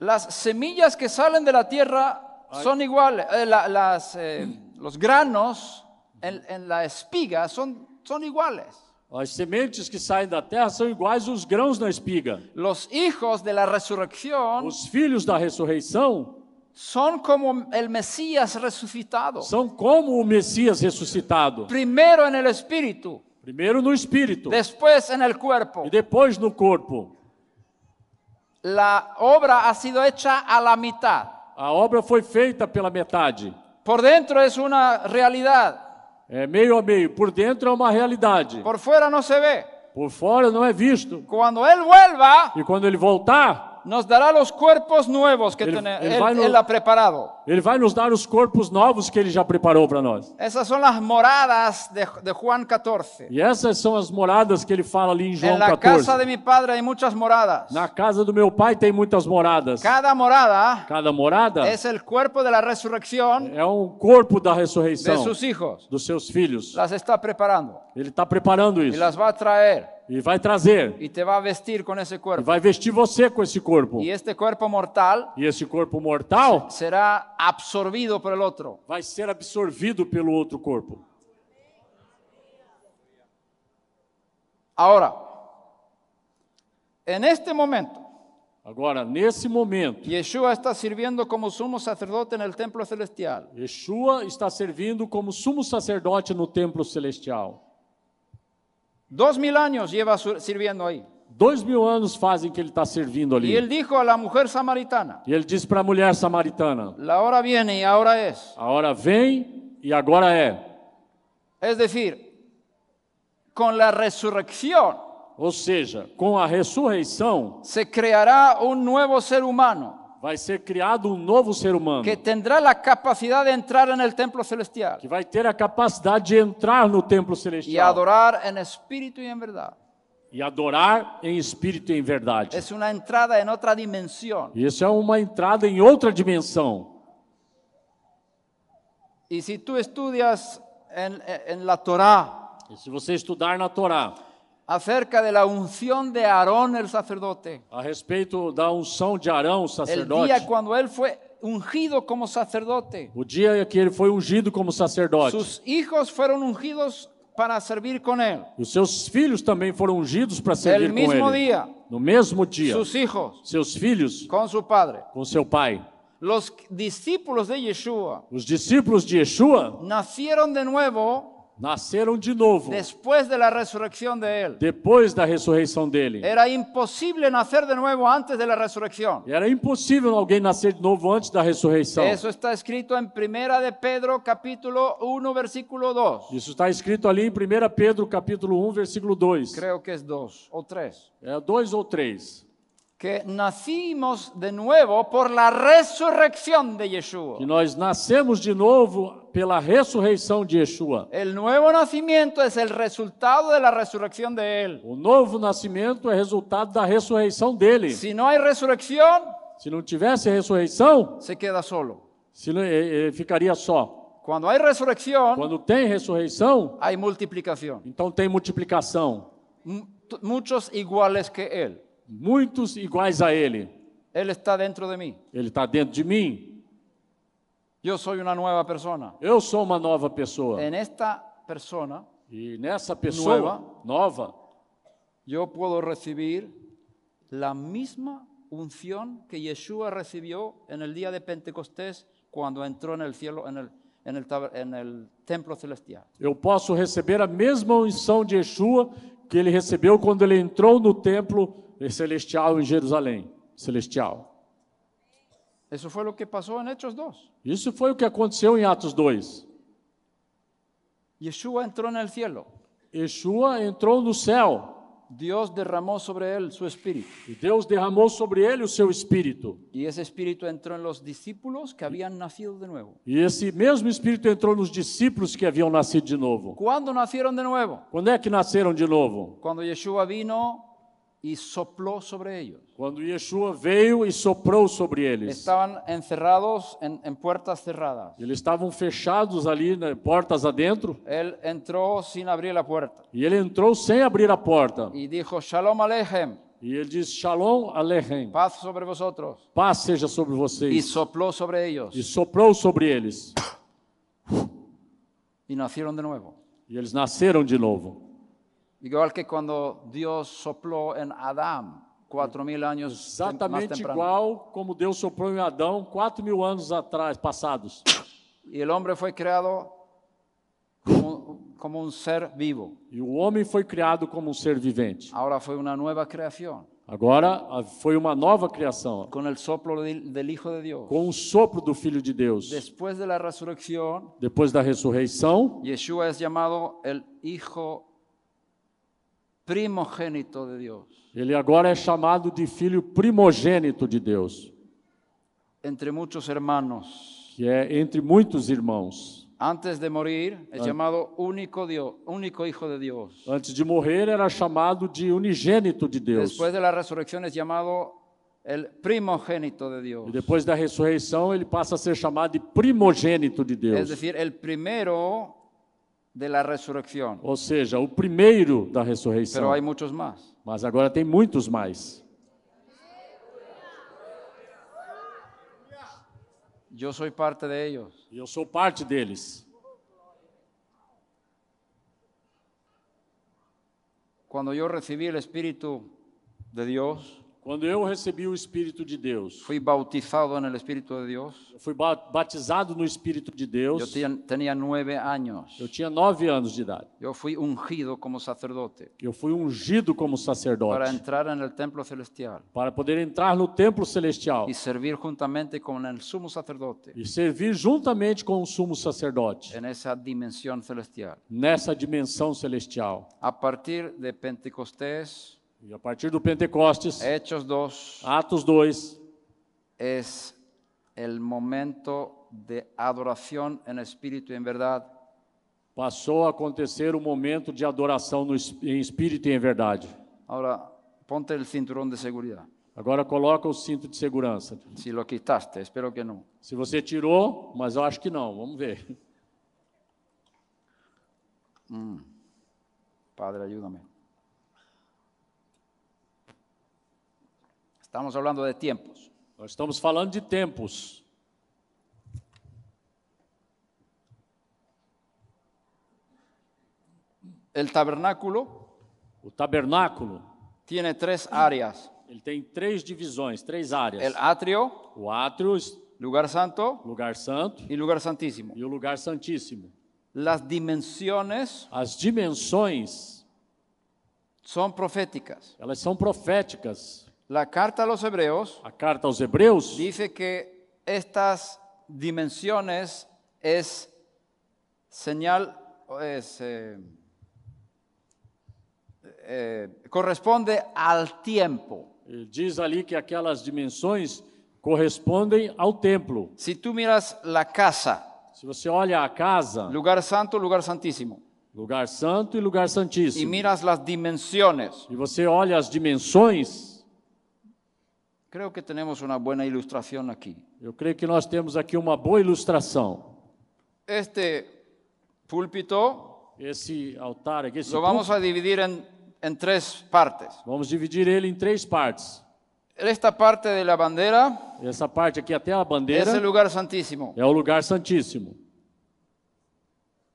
Las semillas que salen de la tierra son iguales. eh, la- las,
[clears throat]
eh, los granos en, en la espiga son, son iguales.
As sementes que saem da terra são iguais os grãos na espiga.
Los hijos de la resurrección
Os filhos da ressurreição
son como el Mesías resucitado.
são como o Messias ressuscitado.
Primero en el espíritu,
Primeiro no espírito
después en el cuerpo.
e depois no corpo.
La obra ha sido hecha a la mitad.
A obra foi feita pela metade.
Por dentro es una realidad,
É meio a meio. Por dentro é uma realidade.
por fuera no se ve.
Por fora não é visto.
Cuando Él vuelva,
E quando ele voltar,
nos dará los cuerpos nuevos que
El-
tiene-
el
él,
vaino-
Él ha preparado.
ele vai nos dar os corpos novos que ele já preparou para nós.
Esas son las moradas de, de Juan 14.
E essas são as moradas que ele fala ali em João
en la casa de
14.
mi padre hay muchas moradas.
Na casa do meu pai tem muitas moradas.
Cada morada
Cada morada
es el cuerpo de la resurrección
é um corpo da
de
ressurreição
sus hijos.
dos seus filhos.
Las está preparando
Ele está preparando
y
isso.
las va a traer
E vai trazer.
y te va a vestir con ese
E
cuerpo.
vai vestir você com esse corpo.
Y este cuerpo mortal
E esse corpo mortal
será absorbido por el otro.
vai ser absorvido pelo outro corpo.
Ahora, en este momento,
Agora, nesse momento,
Yeshua está sirviendo como sumo sacerdote en el templo celestial.
Yeshua está servindo como sumo sacerdote no templo celestial.
Dos mil años lleva su- sirviendo ahí.
Dois mil anos fazem que ele está servindo ali.
Y él dijo a la mujer samaritana,
E ele diz para a mulher samaritana:
la hora viene y ahora es.
A hora vem e agora é.
Es decir, con la resurrección
Ou seja, com a ressurreição
se creará un nuevo ser humano
vai ser criado um novo ser humano
que tendrá la capacidad de entrar en el templo celestial
que vai ter a capacidade de entrar no templo
y
celestial
adorar en espíritu y en verdad.
e adorar em espírito e em verdade.
Es una entrada en otra dimensión.
E Isso é uma entrada em outra dimensão.
Y si tú estudias en, en la Torá
E se você estudar na Torá
acerca de la unción de Aarón el sacerdote,
a respeito da unção de Arão, o
el
sacerdote,
día cuando él fue ungido como sacerdote,
o dia em que ele foi ungido como sacerdote,
sus hijos fueron ungidos para servir con él.
os seus filhos também foram ungidos para servir com
É mesmo
ele.
dia.
No mesmo dia,
Sus hijos
seus filhos
con su padre.
com seu pai.
Los discípulos de Yeshua
Os discípulos de Yeshua
nacieron de nuevo
nasceram de novo
después de la resurrección de él.
depois da ressurreição dele.
Era imposible nacer de nuevo antes de la resurrección.
E Era impossível alguém nascer de novo antes da ressurreição.
Eso está escrito en Primera de Pedro capítulo 1 versículo 2.
Isso está escrito ali em 1 Pedro capítulo 1, versículo 2.
creo que es dos o tres,
É dois ou três.
que nacimos de nuevo por la resurrección de Yeshua.
Que nós nascemos de novo pela ressurreição de Yeshua.
El nuevo nacimiento es el resultado de la resurrección de Él.
O novo nascimento é resultado da ressurreição dele.
Si no hay resurrección,
Se não tivesse ressurreição,
se queda solo.
se não- ele ele ficaria só.
Cuando hay resurrección,
Quando tem ressurreição,
hay multiplicación.
então tem multiplicação.
M- t- Muchos iguales que Él.
muitos iguais a ele.
Él está dentro de mí.
Ele está dentro de mim.
Yo soy una nueva persona.
Eu sou uma nova pessoa.
En esta persona
E nessa pessoa
Nueva.
nova,
yo puedo recibir la misma unción que Yeshua recibió en el día de Pentecostés cuando entró en el cielo, en el, en el, tab- en el templo celestial.
eu posso receber a mesma unção de Yeshua que ele recebeu quando ele entrou no templo celestial em Jerusalém. Celestial.
Eso fue lo que pasó en Hechos 2.
Isso foi o que aconteceu em Atos 2.
Yeshua entró en el cielo.
Yeshua entrou no céu
Dios derramó sobre él su espíritu.
e Deus derramou sobre ele o seu espírito.
Y ese espíritu entró en los discípulos que habían nacido de nuevo.
E esse mesmo espírito entrou nos discípulos que haviam nascido de novo.
¿Cuándo nacieron de nuevo?
Quando é que nasceram de novo?
Cuando Yeshua vino y sopló sobre ellos.
Quando Yeshua veio e soprou sobre eles.
Estaban encerrados en, en puertas cerradas.
Eles estavam fechados ali, né, portas adentro,
Él entró sin abrir la puerta
e ele entrou sem abrir a porta.
y dijo, Shalom Alejem,
E ele diz: Shalom Aleichem,
paz sobre vosotros.
paz seja sobre
Y
vocês.
sopló sobre ellos
E soprou sobre eles,
y nacieron de nuevo.
e eles nasceram de novo.
Igual que cuando Dios sopló en Adán cuatro mil años tem- más
Exatamente
temprano.
igual como Deus soprou em Adão quatro mil anos atrás, passados.
Y el hombre fue creado como, como un ser vivo.
E o homem foi criado como um ser vivente.
Ahora fue una nueva creación
Agora a- foi uma nova criação,
con el soplo del, del Hijo de Dios.
com o sopro do Filho de Deus.
Después de la resurrección,
Depois da ressurreição,
Yeshua es llamado el Hijo primogénito de Dios,
ele agora é chamado de Filho primogênito de Deus.
entre muchos hermanos.
que é entre muitos irmãos.
Antes de morir, es llamado único, Dios, único Hijo de Dios.
Antes de morrer, era chamado de unigênito de Deus.
Después de la resurrección es llamado el primogénito de Dios.
E depois da ressurreição, ele passa a ser chamado de primogênito de
Es
Deus.
decir, el primero de la resurrección.
Ou seja, o primeiro da
Pero
ressurreição.
hay muchos más.
Mas agora tem muitos mais.
Yo soy parte de ellos.
E eu sou parte deles.
Cuando yo recibí el Espíritu de Dios,
Quando eu recebi o Espírito de Deus,
fui bautizado en el Espíritu de Dios.
eu fui ba- batizado no Espírito de
Yo
Deus.
ten- tenía nueve años.
Eu tinha nove anos de idade.
Yo fui ungido como sacerdote
Eu fui ungido como
para
sacerdote
entrar en el templo celestial
para poder entrar no templo celestial.
y servir juntamente con el sumo sacerdote
e servir juntamente com o sumo sacerdote
en esa dimensión celestial.
nessa dimensão celestial.
A partir de Pentecostés,
E a partir do Pentecostes,
Hechos 2,
Atos 2,
es el momento de adoración en espíritu y en verdad,
passou a acontecer o momento de adoração no, es- em espírito e em verdade.
Ahora, ponte el cinturón de seguridad.
Agora coloca o cinto de segurança.
Si lo quitaste, espero que no.
Se você tirou, mas eu acho que não, vamos ver.
Padre, ayúdame. Estamos hablando de tiempos.
Nós estamos falando de tempos.
El tabernáculo
O tabernáculo,
tiene tres áreas.
ele tem três divisões, três áreas.
El atrio,
O átrio, es-
lugar santo
lugar santo,
y lugar santísimo.
e o lugar santíssimo.
Las dimensiones
As dimensões
son proféticas.
Elas são proféticas.
La carta a los hebreos
A carta aos Hebreus
dice que estas dimensiones es señal, es, eh, eh, corresponde al tiempo.
eh, diz ali que aquelas dimensões correspondem ao templo.
Si tú miras la casa,
Se você olha a casa,
lugar santo, lugar santísimo,
lugar santo e lugar
y
santíssimo,
miras las dimensiones,
e você olha as dimensões,
creo que tenemos una buena ilustración aquí.
eu creio que nós temos aqui uma boa ilustração.
Este púlpito
Esse altar aqui, esse
lo vamos a dividir en, en tres partes.
Vamos dividir ele em três partes.
Esta parte de la bandera
Essa parte aqui até a
es el
bandeira
lugar santísimo.
é o lugar santíssimo.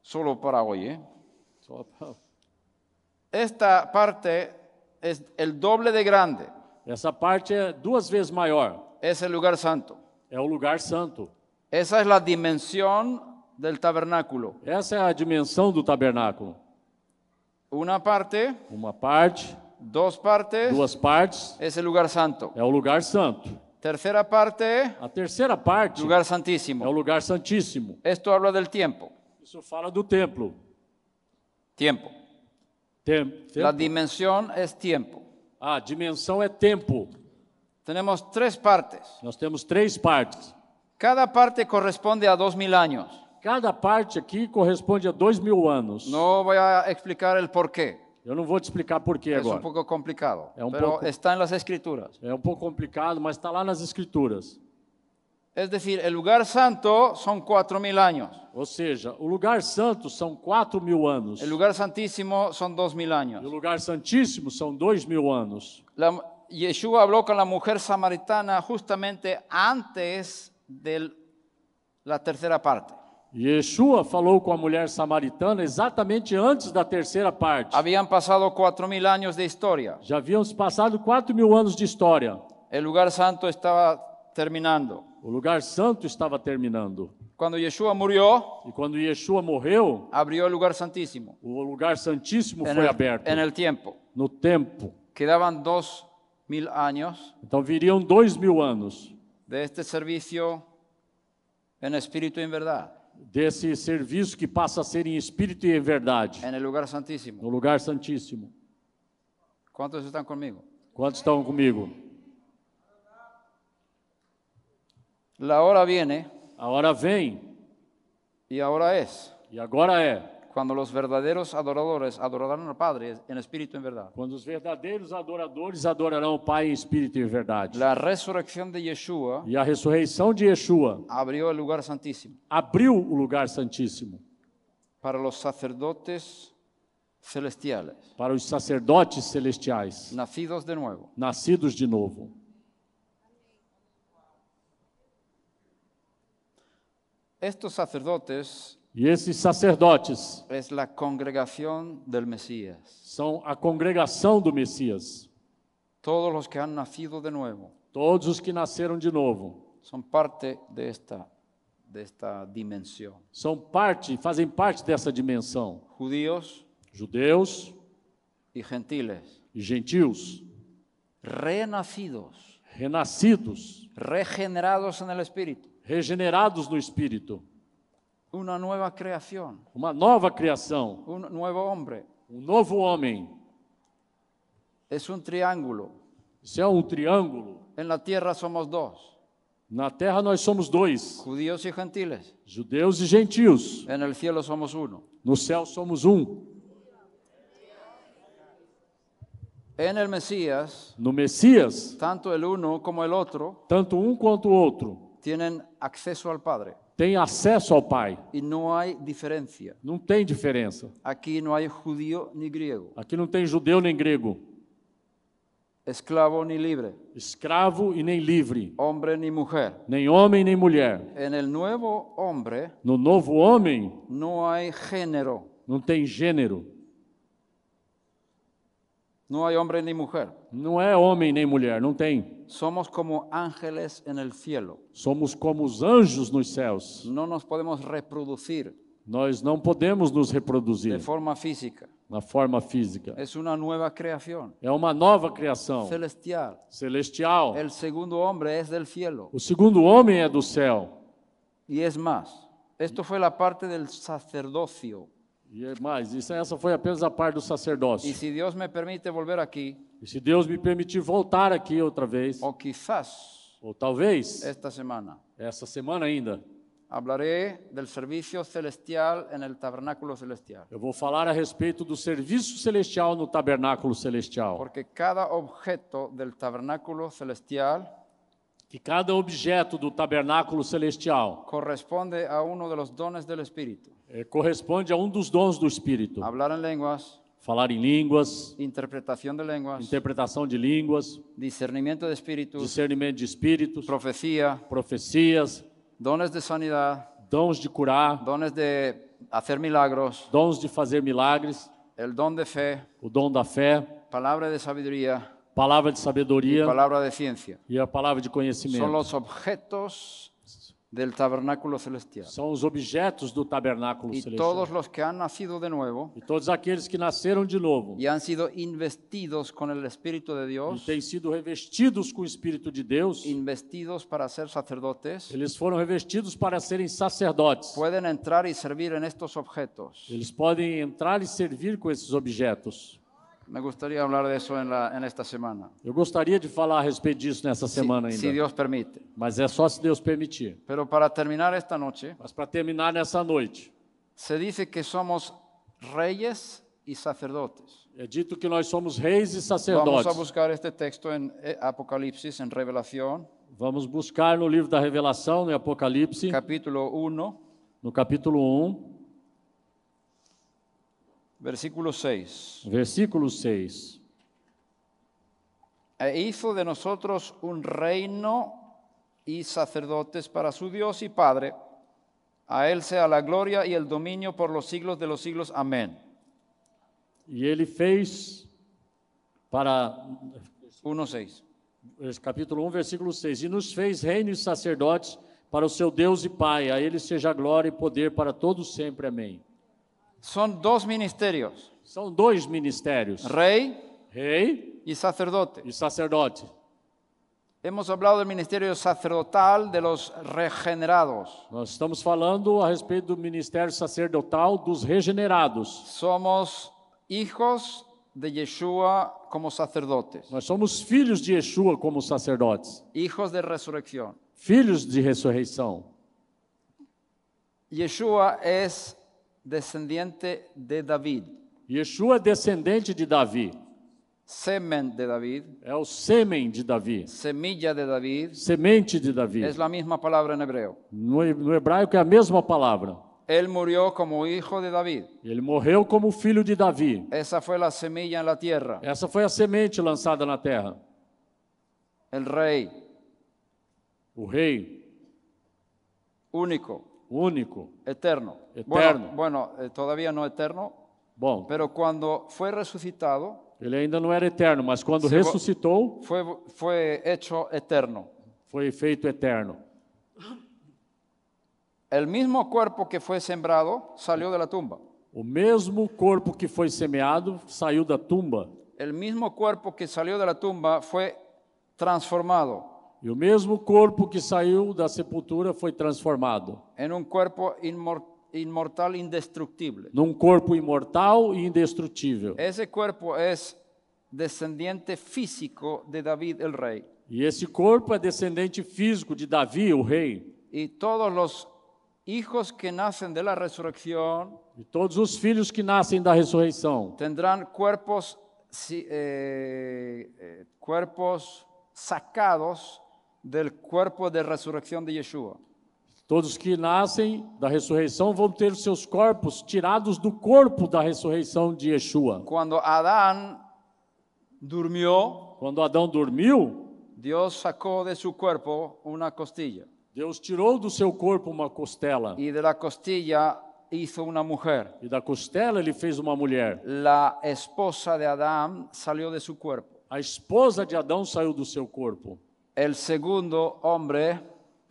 Solo para hoy. ¿eh?
Só pra-
Esta parte es el doble de grande.
Essa parte é duas vezes maior.
Es el lugar santo.
É o lugar santo.
Esa es la dimensión del tabernáculo.
Essa é a dimensão do tabernáculo.
Una parte,
Uma parte,
dos partes,
duas partes,
es el lugar santo.
é o lugar santo.
Tercera parte,
A terceira parte
lugar
é o
santísimo.
lugar santíssimo.
Esto habla del tiempo.
Isso fala do templo.
Tiempo.
Tem-
La
tempo.
dimensión es tiempo.
A dimensão é tempo.
Tenemos tres partes.
Nós temos três partes.
Cada parte corresponde a dos mil años.
Cada parte aqui corresponde a dois mil anos.
No voy a explicar el por qué.
Eu não vou te explicar por que
Es un
agora.
poco complicado,
Es un
pero
poco-
está en las escrituras.
É um pouco complicado, mas está lá nas escrituras.
Es decir, el lugar santo son cuatro mil años.
Ou seja, o lugar santo são quatro mil anos.
El É lugar santísimo son dos mil
E o
años.
lugar santíssimo são dois mil anos.
La, Yeshua habló con la mujer samaritana justamente antes de la tercera parte.
Yeshua falou com a mulher samaritana exatamente antes da terceira parte.
Habían pasado cuatro mil años de historia.
Já haviam se passado quatro mil anos de história.
El lugar santo estaba terminando.
O lugar santo estava terminando.
Cuando Yeshua murió,
E quando Yeshua morreu,
abrió el lugar santísimo
o lugar santíssimo
en
foi
el,
aberto
en el tiempo.
no tempo.
Quedaban dos mil años
Então viriam dois mil anos
de este servicio en espíritu y en verdad,
desse serviço que passa a ser em espírito e em verdade,
en el lugar santísimo.
no lugar santíssimo.
¿Cuántos están conmigo?
Quantos estão comigo?
La hora viene
A hora vem,
y ahora es
e agora é,
cuando los verdaderos adoradores adorarán al Padre en espíritu y en verdad.
quando os verdadeiros adoradores adorarão o Pai em espírito e em verdade.
La resurrección de Yeshua
E a ressurreição de Yeshua
abrió el lugar santísimo
abriu o lugar santíssimo
para los sacerdotes celestiales,
para os sacerdotes celestiais,
nacidos de nuevo.
nascidos de novo.
Estos sacerdotes
E esses sacerdotes
es la congregación del Mesías,
são a congregação do Messias.
todos los que han nacido de nuevo.
Todos os que nasceram de novo
son parte de esta, de esta dimensión.
são parte, fazem parte dessa dimensão.
Judíos
Judeus
y gentiles,
e gentios,
renacidos,
renascidos,
regenerados en el Espíritu,
regenerados no espírito,
una nueva creación,
uma nova criação,
un nuevo hombre.
um novo homem.
Es un triángulo.
Isso é um triângulo.
En la tierra somos dos,
Na terra nós somos dois,
judíos y gentiles.
judeus e gentios.
En el cielo somos uno.
No céu somos um.
En el Mesías,
No Messias,
tanto el uno como el otro
tanto um quanto o outro
tienen acceso al Padre
tem acesso ao Pai.
y no hay diferencia.
Não tem diferença.
Aquí no hay judío ni griego,
Aqui não tem judeu nem grego,
esclavo ni libre,
escravo e nem livre,
hombre ni mujer.
nem homem nem mulher.
En el nuevo hombre
No novo homem
no hay género,
não tem gênero,
no hay hombre ni mujer.
não é homem nem mulher, não tem.
Somos como ángeles en el cielo.
Somos como os anjos nos céus.
No nos podemos reproducir
Nós não podemos nos
de
reproduzir
forma física.
na forma física.
Es una nueva creación
É uma nova criação
celestial.
celestial.
El segundo hombre es del cielo.
O segundo homem é do céu.
Y es más, esto fue la parte del sacerdocio.
E é mais, isso, essa foi apenas a parte do
Y
sacerdócio.
si Dios me permite volver aquí,
E se Deus me permitir voltar aqui outra vez,
o quizás
ou talvez
esta semana,
essa semana ainda,
hablaré del servicio celestial en el tabernáculo celestial.
eu vou falar a respeito do serviço celestial no tabernáculo celestial.
Porque cada objeto del tabernáculo celestial
Que cada objeto do tabernáculo celestial
corresponde a uno de los dones del Espíritu.
eh, corresponde a um dos dons do Espírito.
Hablar en lenguas,
falar em línguas,
interpretación de lenguas,
interpretação de línguas,
discernimiento de espíritus,
discernimento de espíritos,
profecía,
profecias,
dones de sanidad,
dons de curar,
dones de hacer milagros,
dons de fazer milagres,
el don de fe,
o dom da fé,
palabra de sabiduría,
palavra de sabedoria
palabra de ciencia.
e a palavra de
Son
conhecimento.
los objetos del tabernáculo celestial.
São os objetos do tabernáculo
Y
celestial.
todos los que han nacido de nuevo
E todos aqueles que nasceram de novo
y han sido investidos con el Espíritu de
e
Dios,
têm sido revestidos com o Espírito de Deus,
investidos para ser sacerdotes,
eles foram revestidos para serem sacerdotes.
pueden entrar y servir en estos objetos.
Eles podem entrar e servir com esses objetos.
Me gustaría hablar de eso en, la- en esta semana,
Eu gostaria de falar a respeito disso nessa
si-
semana
si,
ainda,
Dios permite.
mas é só se Deus permitir.
Pero para terminar esta noche,
Mas para terminar nessa noite,
se dice que somos reyes y sacerdotes.
é dito que nós somos reis e
Vamos a
sacerdotes.
buscar este texto en eh, Apocalipsis, en Revelación,
Vamos buscar no livro da Revelação, no Apocalipse,
capítulo 1,
no capítulo 1,
versículo 6.
versículo 6.
E hizo de nosotros un reino y sacerdotes para su Dios y Padre. A Él sea la gloria y el dominio por los siglos de los siglos. Amén.
E ele fez para
1.6.
esse capítulo 1, versículo 6. E nos fez reino e sacerdotes para o seu Deus e Pai. A ele seja glória e poder para todos sempre. Amém.
Son dos ministerios,
São dois ministérios,
rey
rei
y sacerdote.
e sacerdote.
Hemos hablado del ministerio sacerdotal de los regenerados.
Nós estamos falando a respeito do ministério sacerdotal dos regenerados.
Somos hijos de Yeshua como sacerdotes,
Nós somos filhos de Yeshua como sacerdotes,
hijos de resurrección.
filhos de ressurreição.
Yeshua es descendiente de David,
Yeshua é descendente de Davi,
semen de David,
é o sêmen de Davi,
semilla de David,
semente de Davi.
es la misma palabra en hebreo.
No, he- no hebraico é a mesma palavra.
Él murió como hijo de David.
Ele morreu como filho de Davi.
Esa fue la semilla en la tierra,
Essa foi a semente lançada na terra.
el rey
O rei
único,
único.
eterno.
Eterno.
Bueno, bueno, eh, todavía no eterno,
Bom,
pero cuando fue resucitado,
ele ainda não era eterno, mas quando
Se vo-
ressuscitou,
fue, fue hecho eterno.
foi feito eterno.
El mismo cuerpo que fue sembrado salió de la tumba.
O mesmo corpo que foi semeado saiu da tumba,
El mismo cuerpo que salió de la tumba fue transformado
e o mesmo corpo que saiu da sepultura foi transformado
en un cuerpo inmor- inmortal indestructible.
num corpo imortal e indestrutível.
Ese cuerpo es descendiente físico de David el rey.
E esse corpo é descendente físico de Davi, o rei.
Y todos los hijos que nacen de la resurrección
E todos os filhos que nascem da ressurreição
tendrán cuerpos, si- eh, eh, cuerpos sacados del cuerpo de resurrección de Yeshua.
Todos que nascem da ressurreição vão ter os seus corpos tirados do corpo da ressurreição de Yeshua.
Cuando Adán durmió,
Quando Adão dormiu,
Dios sacó de su cuerpo una costilla
Deus tirou do seu corpo uma costela
y de la costilla hizo una mujer.
e da costela ele fez uma mulher.
La esposa de Adán salió de su cuerpo.
A esposa de Adão saiu do seu corpo.
El segundo hombre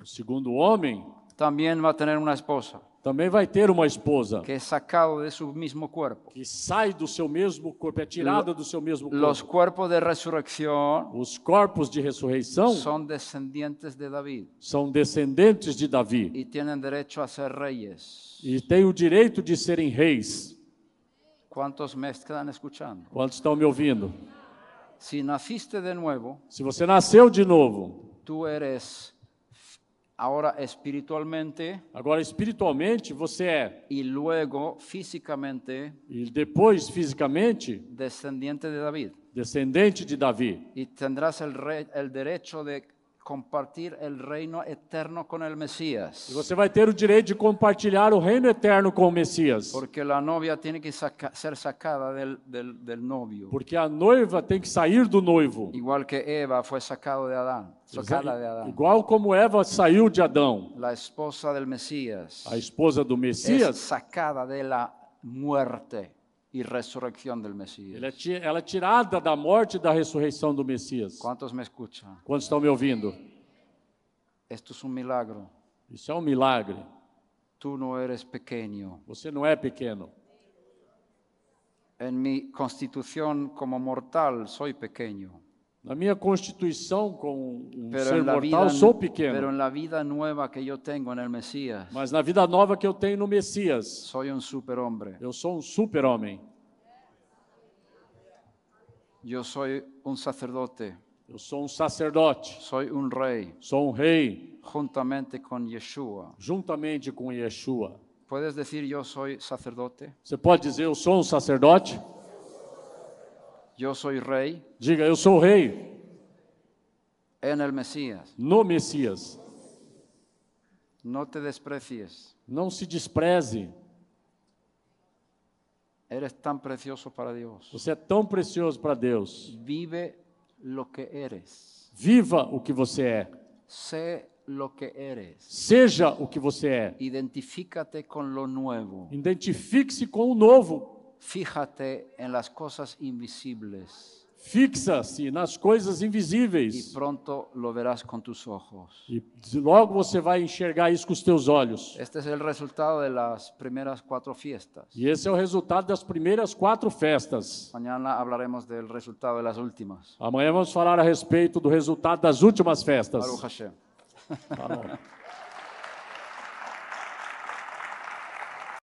O segundo homem
también va a tener una esposa
também vai ter uma esposa
que es sacado de su mismo cuerpo.
que sai do seu mesmo corpo, é tirada do seu mesmo
Los
corpo.
cuerpos de resurrección
Os corpos de ressurreição
son descendientes de David
são descendentes de Davi
y tienen derecho a ser reyes.
e têm o direito de serem reis.
¿Cuántos me están escuchando?
Quantos estão me ouvindo?
Si naciste de nuevo,
Se você nasceu de novo,
tú eres ahora espiritualmente
agora espiritualmente você é,
y luego físicamente
e depois fisicamente,
descendiente de David
descendente de Davi.
y tendrás el, re- el derecho de compartir el reino eterno con el Mesías.
E você vai ter o direito de compartilhar o reino eterno com o Messias.
Porque la novia tiene que saca- ser sacada del, del- del novio.
Porque a noiva tem que sair do noivo.
Igual que Eva fue sacado de Adán, sacada de Adán.
Igual como Eva saiu de Adão,
La esposa del Mesías
a esposa do
es
Messias,
sacada de la muerte y resurrección del Mesías.
ela é ti- ela é tirada da morte e da ressurreição do Messias.
¿Cuántos me escuchan?
Quantos estão me ouvindo?
Esto es un milagro.
Isso é um milagre.
Tú no eres pequeño.
Você não é pequeno.
En mi constitución como mortal soy pequeño.
Na minha constituição, com um
Pero
ser
en, la
mortal,
vida,
sou
pero
pequeno.
en la vida nueva que yo tengo en el Mesías,
Mas na vida nova que eu tenho no Messias,
soy un superhombre.
eu sou um super-homem.
Yo soy un sacerdote,
Eu sou um sacerdote.
soy un rey,
Sou um rei,
juntamente con Yeshua.
juntamente com Yeshua.
¿Puedes decir yo soy sacerdote?
Você pode dizer, eu sou um sacerdote?
Yo soy rey
Diga, eu sou rei
en el Mesías.
no Messias.
No te desprecies.
Não se despreze.
Eres tan precioso para Dios.
Você é tão precioso para Deus.
Vive lo que eres.
Viva o que você é.
Sé lo que eres.
Seja o que você é.
Identifícate con lo nuevo.
Identifique-se com o novo.
Fíjate en las cosas invisibles
Fixa-se nas coisas
y
invisíveis.
pronto lo verás con tus ojos.
E logo você vai enxergar isso com os teus olhos.
Este es el resultado de las primeras cuatro fiestas.
E esse é o resultado das primeiras quatro festas.
Mañana hablaremos del resultado de las últimas.
Amanhã vamos falar a respeito do resultado das últimas festas.
Baruch Hashem.
Tá bom.